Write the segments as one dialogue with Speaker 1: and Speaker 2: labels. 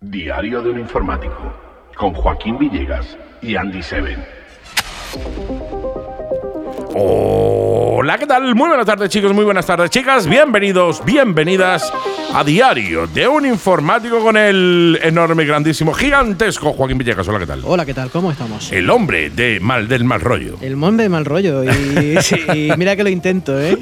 Speaker 1: Diario de un informático con Joaquín Villegas y Andy Seven.
Speaker 2: Hola, ¿qué tal? Muy buenas tardes chicos, muy buenas tardes chicas. Bienvenidos, bienvenidas a Diario de un informático con el enorme, grandísimo, gigantesco Joaquín Villegas. Hola, ¿qué tal?
Speaker 3: Hola, ¿qué tal? ¿Cómo estamos?
Speaker 2: El hombre de mal del mal rollo.
Speaker 3: El mon de mal rollo. Y, sí, y mira que lo intento, ¿eh?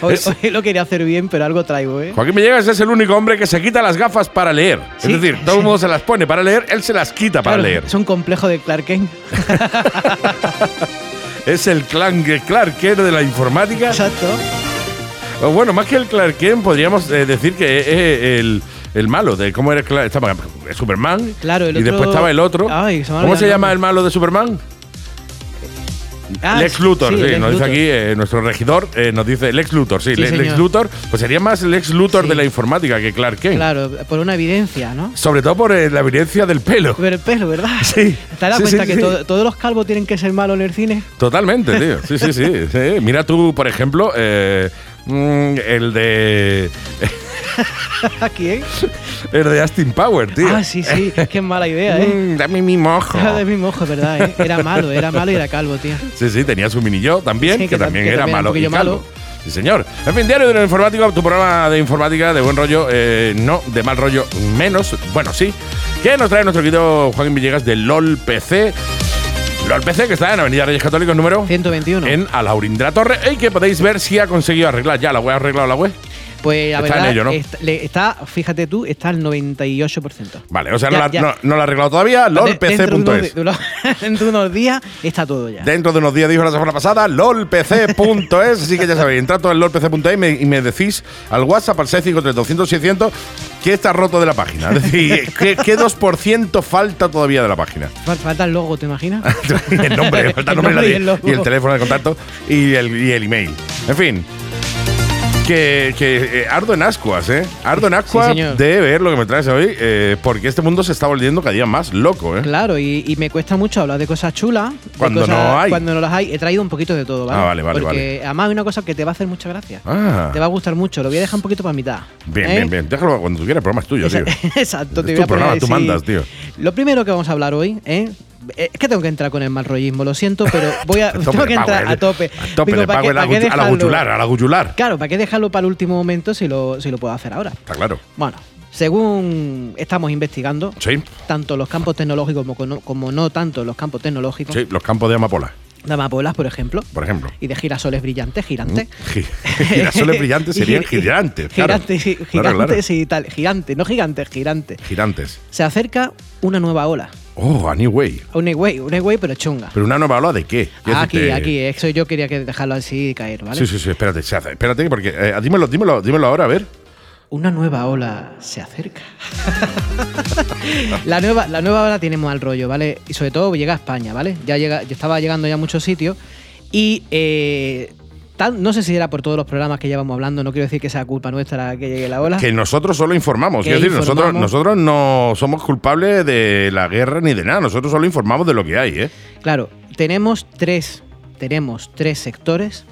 Speaker 3: Hoy,
Speaker 2: Es-
Speaker 3: hoy lo quería hacer bien, pero algo traigo, ¿eh?
Speaker 2: Joaquín Villegas es el único hombre que se quita las gafas para leer.
Speaker 3: Sí.
Speaker 2: Es decir, todo el mundo se las pone para leer, él se las quita para
Speaker 3: Claro,
Speaker 2: leer.
Speaker 3: Es un complejo de Clark Kent.
Speaker 2: Es el clan Clark Kent de la informática.
Speaker 3: Exacto.
Speaker 2: O bueno, más que el Clark Kent, podríamos eh, decir que es eh, el, el malo de cómo era Clark- estaba Superman.
Speaker 3: Claro, el
Speaker 2: Y
Speaker 3: otro-
Speaker 2: después estaba el otro.
Speaker 3: Ay, se me ha
Speaker 2: ¿Cómo se
Speaker 3: olvidado el
Speaker 2: llama
Speaker 3: nombre.
Speaker 2: el malo de Superman?
Speaker 3: Ah,
Speaker 2: Lex Luthor, sí,
Speaker 3: Lex
Speaker 2: nos dice
Speaker 3: Luthor.
Speaker 2: aquí eh, nuestro regidor, eh, nos dice Lex Luthor, sí,
Speaker 3: Sí,
Speaker 2: Le- Lex
Speaker 3: señor.
Speaker 2: Luthor, pues sería más Lex Luthor
Speaker 3: Sí.
Speaker 2: de la informática que Clark Kent.
Speaker 3: Claro, por una evidencia, ¿no?
Speaker 2: Sobre todo por eh, la evidencia del pelo.
Speaker 3: Pero el pelo, ¿verdad?
Speaker 2: Sí,
Speaker 3: ¿Te das
Speaker 2: sí,
Speaker 3: cuenta
Speaker 2: sí,
Speaker 3: que
Speaker 2: sí.
Speaker 3: todo- todos los calvos tienen que ser malos en el cine?
Speaker 2: Totalmente, tío. Sí, sí, sí, sí. Mira tú, por ejemplo, eh, mm, el de
Speaker 3: Aquí, ¿eh?
Speaker 2: el de Austin Power, tío.
Speaker 3: Ah, sí, sí. Qué mala idea, ¿eh?
Speaker 2: Mm, dame mi mojo.
Speaker 3: Era de mismo ojo, ¿verdad? eh? Era malo, era malo y era calvo, tío.
Speaker 2: Sí, sí, tenía su mini yo también,
Speaker 3: Sí,
Speaker 2: que,
Speaker 3: que tam-
Speaker 2: también
Speaker 3: que
Speaker 2: era
Speaker 3: también
Speaker 2: malo
Speaker 3: un
Speaker 2: y
Speaker 3: poquillo
Speaker 2: calvo.
Speaker 3: malo.
Speaker 2: Sí, señor. En fin, Diario de la Informática, tu programa de informática de buen rollo, eh, no, de mal rollo menos, bueno, sí. Que nos trae nuestro querido Joaquín Villegas de LOL PC. LOL PC, que está en Avenida Reyes Católicos número
Speaker 3: 121.
Speaker 2: en Alaurín de la Torre y que podéis ver si ha conseguido arreglar ya la web, ha arreglado la web.
Speaker 3: Pues la
Speaker 2: Está en
Speaker 3: verdad,
Speaker 2: ello, ¿no?
Speaker 3: está, le- está, fíjate tú, está al 98%.
Speaker 2: Vale, o sea,
Speaker 3: Ya,
Speaker 2: no, la,
Speaker 3: ya.
Speaker 2: no- no la ha arreglado todavía,
Speaker 3: De- dentro de unos
Speaker 2: lolpc.es.
Speaker 3: di- de unos- dentro de unos días está todo ya.
Speaker 2: Dentro de unos días, dijo la semana pasada, lolpc.es. así que ya sabéis, entrad todos en lolpc.es y me, y me decís al WhatsApp al 653-200-600 que está roto de la página. Es decir, ¿qué, qué 2% falta todavía de la página?
Speaker 3: Fal- Falta el logo, ¿te imaginas?
Speaker 2: el nombre, falta el
Speaker 3: El
Speaker 2: nombre,
Speaker 3: nombre y
Speaker 2: de-
Speaker 3: el
Speaker 2: y, el
Speaker 3: logo.
Speaker 2: teléfono de contacto y el, y el email. En fin. Que, que, eh, ardo en ascuas, ¿eh? Ardo en ascuas
Speaker 3: señor.
Speaker 2: de ver lo que me traes hoy, eh, porque este mundo se está volviendo cada día más loco, ¿eh?
Speaker 3: Claro, y, y me cuesta mucho hablar de cosas chulas. de
Speaker 2: Cuando no
Speaker 3: cosas-
Speaker 2: hay.
Speaker 3: Cuando no las hay, he traído un poquito de todo, ¿vale?
Speaker 2: Ah, vale, vale,
Speaker 3: Porque
Speaker 2: vale.
Speaker 3: además hay una cosa que te va a hacer mucha gracia.
Speaker 2: Ah.
Speaker 3: Te va a gustar mucho, lo voy a dejar un poquito para mitad.
Speaker 2: Bien,
Speaker 3: ¿eh?
Speaker 2: bien, bien. Déjalo cuando tú quieras, el programa es tuyo, tío.
Speaker 3: Esa- Exacto,
Speaker 2: Es
Speaker 3: te
Speaker 2: tu
Speaker 3: voy a poner
Speaker 2: programa,
Speaker 3: a
Speaker 2: tú
Speaker 3: decir-
Speaker 2: mandas, tío.
Speaker 3: Lo primero que vamos a hablar hoy, ¿eh? Es que tengo que entrar con el mal rollismo, lo siento, pero voy a,
Speaker 2: A tope
Speaker 3: tengo
Speaker 2: de
Speaker 3: que
Speaker 2: pago,
Speaker 3: entrar
Speaker 2: eh.
Speaker 3: a tope.
Speaker 2: A tope
Speaker 3: Digo,
Speaker 2: de
Speaker 3: ¿para
Speaker 2: pago
Speaker 3: qué-
Speaker 2: en la
Speaker 3: para qué
Speaker 2: gu- a la
Speaker 3: dejarlo?
Speaker 2: gutular, a la gutular.
Speaker 3: Claro, ¿para qué dejarlo para el último momento si lo, si lo puedo hacer ahora?
Speaker 2: Está claro.
Speaker 3: Bueno, según estamos investigando,
Speaker 2: Sí,
Speaker 3: tanto los campos tecnológicos como, cono- como no tanto los campos tecnológicos,
Speaker 2: sí, los campos de amapola,
Speaker 3: de amapolas, por ejemplo,
Speaker 2: por ejemplo.
Speaker 3: y de girasoles brillantes, girantes.
Speaker 2: Gi- Mm. Girasoles brillantes
Speaker 3: Y
Speaker 2: serían
Speaker 3: gir-
Speaker 2: gigantes. claro.
Speaker 3: Gigantes, sí,
Speaker 2: Claro,
Speaker 3: gigantes
Speaker 2: claro.
Speaker 3: y tal. Gigantes, no gigantes, girantes.
Speaker 2: Girantes.
Speaker 3: Se acerca una nueva ola.
Speaker 2: Oh, a New Way.
Speaker 3: Un Eway, un Eway, pero chunga.
Speaker 2: Pero una nueva ola de qué? Quiero
Speaker 3: aquí,
Speaker 2: decirte-
Speaker 3: Ah, aquí, eso yo quería que dejarlo así y caer, ¿vale?
Speaker 2: Sí, sí, sí, espérate, se hace- espérate, porque eh, dímelo, dímelo, dímelo ahora, a ver.
Speaker 3: Una nueva ola se acerca. la, nueva, la nueva ola tiene mal rollo, ¿vale? Y sobre todo llega a España, ¿vale? Ya llega, yo estaba llegando ya a muchos sitios y eh, tan- no sé si era por todos los programas que llevamos hablando, no quiero decir que sea culpa nuestra que llegue la ola.
Speaker 2: Que nosotros solo informamos.
Speaker 3: Que
Speaker 2: Quiero decir, nosotros,
Speaker 3: informamos.
Speaker 2: nosotros no somos culpables de la guerra ni de nada. Nosotros solo informamos de lo que hay, ¿eh?
Speaker 3: Claro, tenemos tres, tenemos tres sectores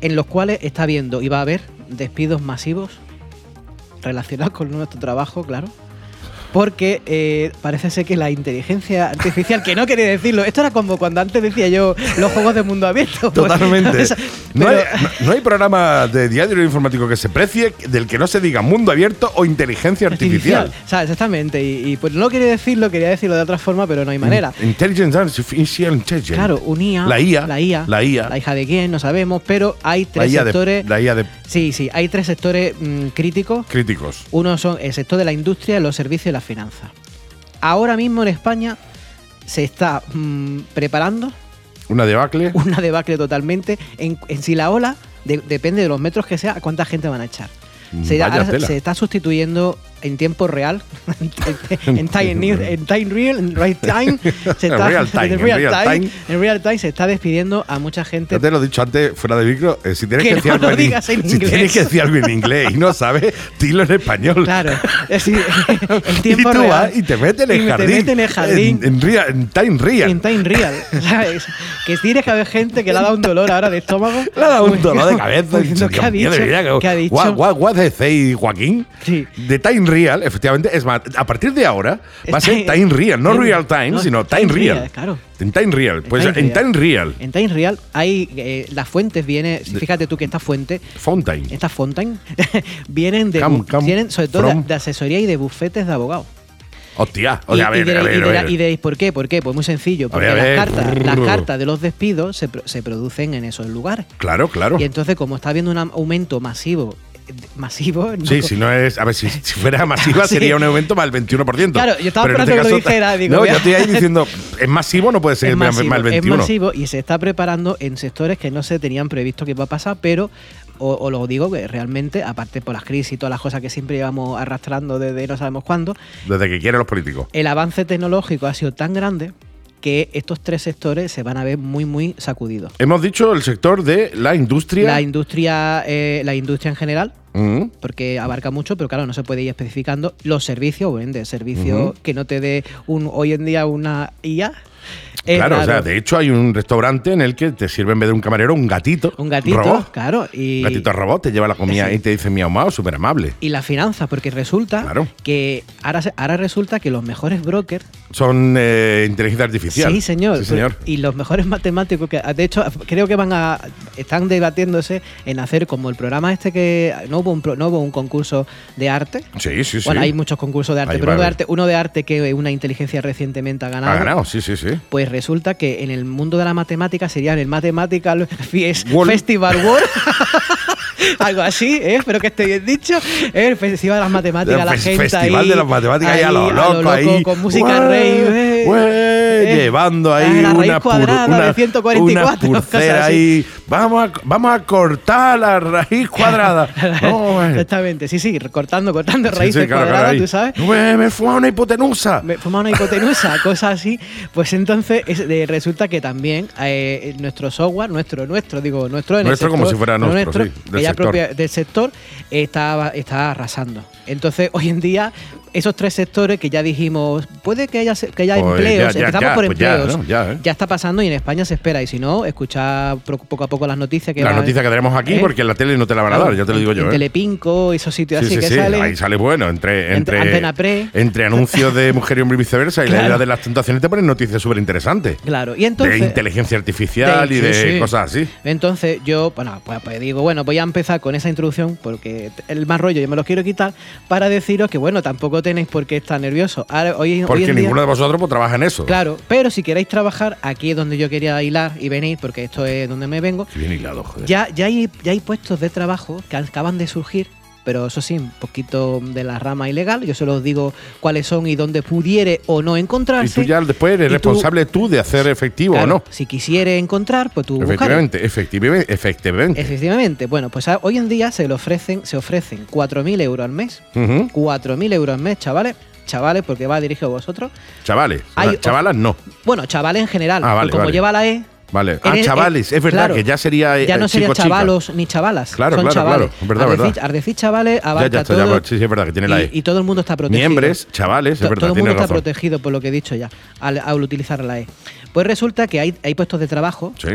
Speaker 3: en los cuales está habiendo y va a haber despidos masivos relacionados con nuestro trabajo, claro. Porque eh, parece ser que la inteligencia artificial, que no quería decirlo, esto era como cuando antes decía yo los juegos de mundo abierto. pues,
Speaker 2: Totalmente.
Speaker 3: esa-
Speaker 2: No hay,
Speaker 3: pero-
Speaker 2: no- no hay programa de diario informático que se precie del que no se diga mundo abierto o inteligencia artificial.
Speaker 3: O sea, exactamente. Y, y, pues no quería decirlo, quería decirlo de otra forma, pero no hay manera.
Speaker 2: Intelligence Artificial Intelligence.
Speaker 3: Claro, unía.
Speaker 2: La IA,
Speaker 3: La IA.
Speaker 2: la IA.
Speaker 3: La hija de quién, no sabemos, pero hay
Speaker 2: la
Speaker 3: tres
Speaker 2: IA, de,
Speaker 3: sectores.
Speaker 2: la IA de
Speaker 3: Sí, sí, hay tres sectores mm, críticos.
Speaker 2: críticos.
Speaker 3: Uno son el sector de la industria, los servicios y las finanzas. Ahora mismo en España se está mm, preparando
Speaker 2: Una debacle.
Speaker 3: una debacle totalmente. En, en si la ola, de- depende de los metros que sea, a cuánta gente van a echar. Se,
Speaker 2: Mm, Vaya
Speaker 3: ahora
Speaker 2: tela.
Speaker 3: se está sustituyendo en tiempo real, en, en time, near- en time real, en right time, se
Speaker 2: En
Speaker 3: está,
Speaker 2: real time,
Speaker 3: en
Speaker 2: en
Speaker 3: real
Speaker 2: real
Speaker 3: time,
Speaker 2: time.
Speaker 3: en real time se está despidiendo a mucha gente
Speaker 2: Ya te lo he dicho antes, fuera de micro, eh, si tienes
Speaker 3: Que
Speaker 2: que,
Speaker 3: no
Speaker 2: decir algo
Speaker 3: lo
Speaker 2: en
Speaker 3: digas en
Speaker 2: si tienes
Speaker 3: inglés.
Speaker 2: que decir algo en inglés y no sabes, dilo en español.
Speaker 3: Claro, es decir, en tiempo
Speaker 2: y tú
Speaker 3: real.
Speaker 2: vas y te metes en
Speaker 3: Y
Speaker 2: el
Speaker 3: me-
Speaker 2: jardín.
Speaker 3: Te metes en el jardín.
Speaker 2: En, en real- en time real.
Speaker 3: En time real, ¿sabes? Que tienes que haber gente que le ha dado un dolor ahora de estómago.
Speaker 2: Le ha dado un dolor de cabeza.
Speaker 3: Diciendo,
Speaker 2: Dios
Speaker 3: ¿Qué ha
Speaker 2: mío,
Speaker 3: dicho?
Speaker 2: de verdad,
Speaker 3: ¿Qué ha dicho?
Speaker 2: What, what- what they say, Joaquín?
Speaker 3: Sí.
Speaker 2: De time Real, efectivamente. Es más, a partir de ahora va a ser Time Real, no Real Time, sino Time Real.
Speaker 3: Claro.
Speaker 2: En Time Real, pues
Speaker 3: Time
Speaker 2: en
Speaker 3: Real.
Speaker 2: Time Real.
Speaker 3: En Time Real hay eh, las fuentes viene, fíjate tú que esta fuente,
Speaker 2: Fountain.
Speaker 3: esta Fontaine, vienen de
Speaker 2: Come,
Speaker 3: bu-
Speaker 2: come
Speaker 3: vienen sobre todo de,
Speaker 2: from.
Speaker 3: de asesoría y de bufetes de abogados.
Speaker 2: Hostia, o
Speaker 3: Y-
Speaker 2: sea, a
Speaker 3: y
Speaker 2: ver, a
Speaker 3: diréis- y
Speaker 2: ver, a
Speaker 3: dirá-
Speaker 2: ver.
Speaker 3: y diréis, ¿por qué? ¿Por qué? Pues muy sencillo, porque
Speaker 2: a ver.
Speaker 3: las cartas, las
Speaker 2: Brrr.
Speaker 3: cartas de los despidos se, pro- se producen en esos lugares.
Speaker 2: Claro, claro.
Speaker 3: Y entonces, como está habiendo un am- aumento masivo, eh, masivo, no-
Speaker 2: Sí, si no es. A ver, si, si fuera masiva
Speaker 3: Sí.
Speaker 2: sería un evento más el 21%.
Speaker 3: Claro, yo estaba
Speaker 2: Pero en este
Speaker 3: esperando que lo dijera, digo,
Speaker 2: no,
Speaker 3: voy a-
Speaker 2: yo estoy ahí diciendo, es masivo, no puede ser
Speaker 3: es
Speaker 2: más
Speaker 3: masivo,
Speaker 2: el
Speaker 3: es
Speaker 2: 21.
Speaker 3: masivo y se está preparando en sectores que no se tenían previsto que iba a pasar, pero o- os lo digo que realmente, aparte por las crisis y todas las cosas que siempre llevamos arrastrando desde no sabemos cuándo,
Speaker 2: Desde que quieren los políticos.
Speaker 3: el avance tecnológico ha sido tan grande que estos tres sectores se van a ver muy, muy sacudidos.
Speaker 2: Hemos dicho el sector de la industria.
Speaker 3: La industria, eh, la industria en general,
Speaker 2: Mm.
Speaker 3: porque abarca mucho, pero claro, no se puede ir especificando los servicios, bueno, de servicios
Speaker 2: Ujú.
Speaker 3: que no te dé un hoy en día una IA. eh,
Speaker 2: claro, o sea, de hecho hay un restaurante en el que te sirve en vez de un camarero un gatito.
Speaker 3: un gatito,
Speaker 2: robot.
Speaker 3: claro, y
Speaker 2: Un gatito robot, te lleva la comida
Speaker 3: Sí.
Speaker 2: y te dice miau mao, súper amable.
Speaker 3: y las finanzas, porque resulta
Speaker 2: Claro.
Speaker 3: que ahora, se- ahora resulta que los mejores brokers,
Speaker 2: Son eh, inteligencia artificial.
Speaker 3: sí señor,
Speaker 2: Sí, señor.
Speaker 3: y los mejores matemáticos que de hecho creo que van a están debatiéndose en hacer como el programa este que no hubo un pro- no hubo un concurso de arte.
Speaker 2: Sí, sí, sí.
Speaker 3: Bueno, hay muchos concursos de arte,
Speaker 2: Ahí
Speaker 3: pero
Speaker 2: va
Speaker 3: uno de
Speaker 2: a ver.
Speaker 3: arte, uno de arte que una inteligencia recientemente
Speaker 2: Ha ganado, sí, sí, sí.
Speaker 3: Pues resulta que en el mundo de la matemática serían el Mathematical Fies-
Speaker 2: World.
Speaker 3: Festival World. Algo así, ¿eh? espero que esté bien dicho. ¿eh? El Festival de las Matemáticas,
Speaker 2: El
Speaker 3: la
Speaker 2: Eh, fes-
Speaker 3: gente
Speaker 2: Festival
Speaker 3: ahí,
Speaker 2: de las matemáticas ahí a lo loco, ahí.
Speaker 3: Con música
Speaker 2: Ué,
Speaker 3: rey, ¿eh?
Speaker 2: ué,
Speaker 3: Eh,
Speaker 2: llevando ahí
Speaker 3: la raíz
Speaker 2: una, pur-
Speaker 3: cuadrada
Speaker 2: una,
Speaker 3: de 144,
Speaker 2: una
Speaker 3: cosas
Speaker 2: pulsera
Speaker 3: así.
Speaker 2: ahí. Vamos a, vamos a cortar la raíz cuadrada. No, eh.
Speaker 3: Exactamente, sí, sí, cortando, cortando
Speaker 2: Sí,
Speaker 3: raíces
Speaker 2: sí, claro, claro,
Speaker 3: cuadradas,
Speaker 2: ahí.
Speaker 3: tú sabes.
Speaker 2: Ué, me fue a una hipotenusa.
Speaker 3: Me- Fuma una hipotenusa, cosas así. Pues entonces es- de- resulta que también eh, nuestro software, nuestro, nuestro, digo, nuestro en el
Speaker 2: Nuestro como
Speaker 3: sector,
Speaker 2: si fuera
Speaker 3: no
Speaker 2: nuestro, sí, del
Speaker 3: ella
Speaker 2: sector.
Speaker 3: propia del sector, está, está arrasando. Entonces, hoy en día, esos tres sectores que ya dijimos, puede que haya, se- que haya
Speaker 2: Pues ya,
Speaker 3: empleos,
Speaker 2: ya,
Speaker 3: empezamos
Speaker 2: ya,
Speaker 3: por
Speaker 2: pues ya,
Speaker 3: empleos.
Speaker 2: ¿no? Ya, ¿eh?
Speaker 3: está pasando y en España se espera. Y si no, escucha pro- poco a poco las noticias que
Speaker 2: La
Speaker 3: va-
Speaker 2: noticia que tenemos aquí,
Speaker 3: ¿Eh?
Speaker 2: porque en la tele no te la van a dar, ya te lo
Speaker 3: en-
Speaker 2: digo yo.
Speaker 3: en
Speaker 2: ¿eh?
Speaker 3: Telepinco, esos sitios
Speaker 2: Sí,
Speaker 3: así
Speaker 2: sí,
Speaker 3: que
Speaker 2: sí,
Speaker 3: salen.
Speaker 2: ahí sale bueno. Entre,
Speaker 3: Entre-
Speaker 2: entre,
Speaker 3: Antena Pre.
Speaker 2: entre anuncios de Mujer y Hombre y Viceversa y la
Speaker 3: Claro.
Speaker 2: isla de las tentaciones te ponen noticias súper interesantes.
Speaker 3: Claro, y
Speaker 2: De
Speaker 3: entonces.
Speaker 2: inteligencia artificial
Speaker 3: Sí,
Speaker 2: y de
Speaker 3: sí.
Speaker 2: cosas así.
Speaker 3: Entonces yo, bueno, pues, pues digo, bueno, voy a empezar con esa introducción porque t- el más rollo yo me lo quiero quitar para deciros que, bueno, tampoco tenéis por qué estar nerviosos. Ahora, hoy, hoy
Speaker 2: Porque
Speaker 3: en día-
Speaker 2: ninguno de vosotros pues, trabaja en eso.
Speaker 3: Claro, pero si queréis trabajar, aquí es donde yo quería hilar y venir, porque esto es donde me vengo.
Speaker 2: Qué bien hilado, joder.
Speaker 3: Ya, ya, hay, ya hay puestos de trabajo que acaban de surgir, pero eso sí, un poquito de la rama ilegal. Yo solo os digo cuáles son y dónde pudiere o no
Speaker 2: y
Speaker 3: encontrarse.
Speaker 2: tú ya después eres
Speaker 3: Y tú-
Speaker 2: responsable tú de hacer efectivo
Speaker 3: Claro,
Speaker 2: o no.
Speaker 3: Si quisiere encontrar, pues tú buscáis.
Speaker 2: Efectivamente, efectivamente, efectivamente.
Speaker 3: Efectivamente, bueno, pues a- hoy en día se le ofrecen, se ofrecen 4.000 euros al mes.
Speaker 2: Ujú.
Speaker 3: 4.000 euros al mes, chavales. Chavales, porque va dirigido a vosotros.
Speaker 2: Chavales.
Speaker 3: Hay-
Speaker 2: Las chavalas no.
Speaker 3: Bueno, chavales en general.
Speaker 2: Ah,
Speaker 3: porque
Speaker 2: vale,
Speaker 3: como
Speaker 2: vale.
Speaker 3: lleva la E.
Speaker 2: Vale. Ah,
Speaker 3: eres-
Speaker 2: chavales.
Speaker 3: eh,
Speaker 2: es verdad
Speaker 3: claro,
Speaker 2: que ya sería. eh,
Speaker 3: Ya no
Speaker 2: eh,
Speaker 3: sería
Speaker 2: chico, chica.
Speaker 3: chavalos ni chavalas.
Speaker 2: Claro,
Speaker 3: son
Speaker 2: claro,
Speaker 3: chavales.
Speaker 2: claro, es verdad,
Speaker 3: al,
Speaker 2: verdad.
Speaker 3: Decir, al decir chavales,
Speaker 2: Ya,
Speaker 3: abarca
Speaker 2: ya, está, ya,
Speaker 3: todo.
Speaker 2: sí, sí, es verdad que tiene la E.
Speaker 3: y, y todo el mundo está protegido.
Speaker 2: Miembros, chavales, es
Speaker 3: To-
Speaker 2: verdad,
Speaker 3: todo el
Speaker 2: tiene
Speaker 3: mundo está
Speaker 2: razón.
Speaker 3: protegido por lo que he dicho ya, al, al utilizar la E. Pues resulta que hay, hay puestos de trabajo
Speaker 2: Sí.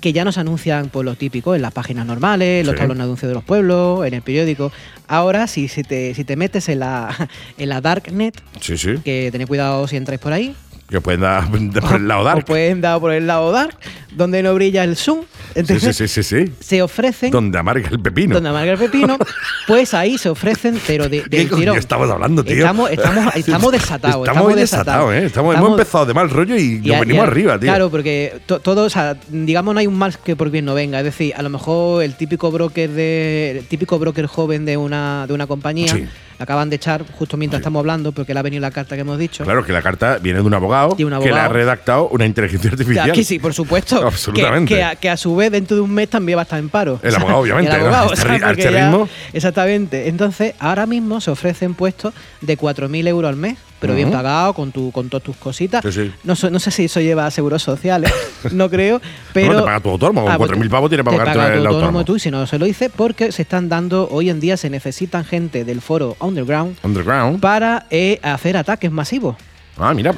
Speaker 3: que ya nos anuncian por lo típico en las páginas normales, en los
Speaker 2: Sí.
Speaker 3: tablones de anuncios de los pueblos, en el periódico. Ahora, si, si te, si te metes en la, en la Darknet,
Speaker 2: Sí, sí.
Speaker 3: que tened cuidado si entráis por ahí,
Speaker 2: Que pueden dar por el lado
Speaker 3: o
Speaker 2: dark.
Speaker 3: pueden dar por el lado Dark, donde no brilla el Zoom,
Speaker 2: Sí,
Speaker 3: entonces
Speaker 2: sí, sí, sí, sí.
Speaker 3: se ofrecen,
Speaker 2: Donde amarga el pepino.
Speaker 3: donde amarga el pepino, pues ahí se ofrecen, pero de,
Speaker 2: ¿Qué
Speaker 3: del
Speaker 2: coño
Speaker 3: tirón.
Speaker 2: estamos hablando, tío?
Speaker 3: Estamos, estamos, estamos desatados.
Speaker 2: Estamos, desatados, ¿eh? Estamos, hemos
Speaker 3: Estamos-
Speaker 2: empezado de mal rollo y,
Speaker 3: Y
Speaker 2: nos
Speaker 3: a-
Speaker 2: venimos
Speaker 3: y a-
Speaker 2: arriba, tío.
Speaker 3: Claro, porque to- todo, o sea, digamos, no hay un mal que por bien no venga. Es decir, a lo mejor el típico broker de, el típico broker joven de una, de una compañía
Speaker 2: Sí.
Speaker 3: la acaban de echar justo mientras estamos hablando, porque le ha venido la carta que hemos dicho.
Speaker 2: Claro que la carta viene de un abogado,
Speaker 3: De un
Speaker 2: que la ha
Speaker 3: abogado.
Speaker 2: redactado una inteligencia
Speaker 3: O sea,
Speaker 2: artificial.
Speaker 3: que sí, por supuesto.
Speaker 2: Absolutamente.
Speaker 3: Que, que a, que a su vez dentro de un mes también va a estar en paro.
Speaker 2: El abogado, obviamente,
Speaker 3: El
Speaker 2: ¿no?
Speaker 3: abogado,
Speaker 2: A
Speaker 3: o
Speaker 2: este
Speaker 3: sea,
Speaker 2: ri- a
Speaker 3: porque
Speaker 2: este
Speaker 3: ya-
Speaker 2: ritmo.
Speaker 3: Exactamente. Entonces, ahora mismo se ofrecen puestos de 4.000 euros al mes, pero bien
Speaker 2: Ujú.
Speaker 3: pagado, con tu con todas tus cositas.
Speaker 2: Sí, sí.
Speaker 3: No, so- no sé si eso lleva a seguros sociales, no creo, pero...
Speaker 2: Bueno, te paga tu autónomo, con
Speaker 3: pues
Speaker 2: 4.000 pavos tienes para
Speaker 3: te
Speaker 2: pagarte
Speaker 3: paga tu
Speaker 2: el autónomo.
Speaker 3: tú, y si no se lo hice, porque se están dando, hoy en día se necesitan gente del foro underground
Speaker 2: Underground.
Speaker 3: para eh, hacer ataques masivos.
Speaker 2: Ah, mira.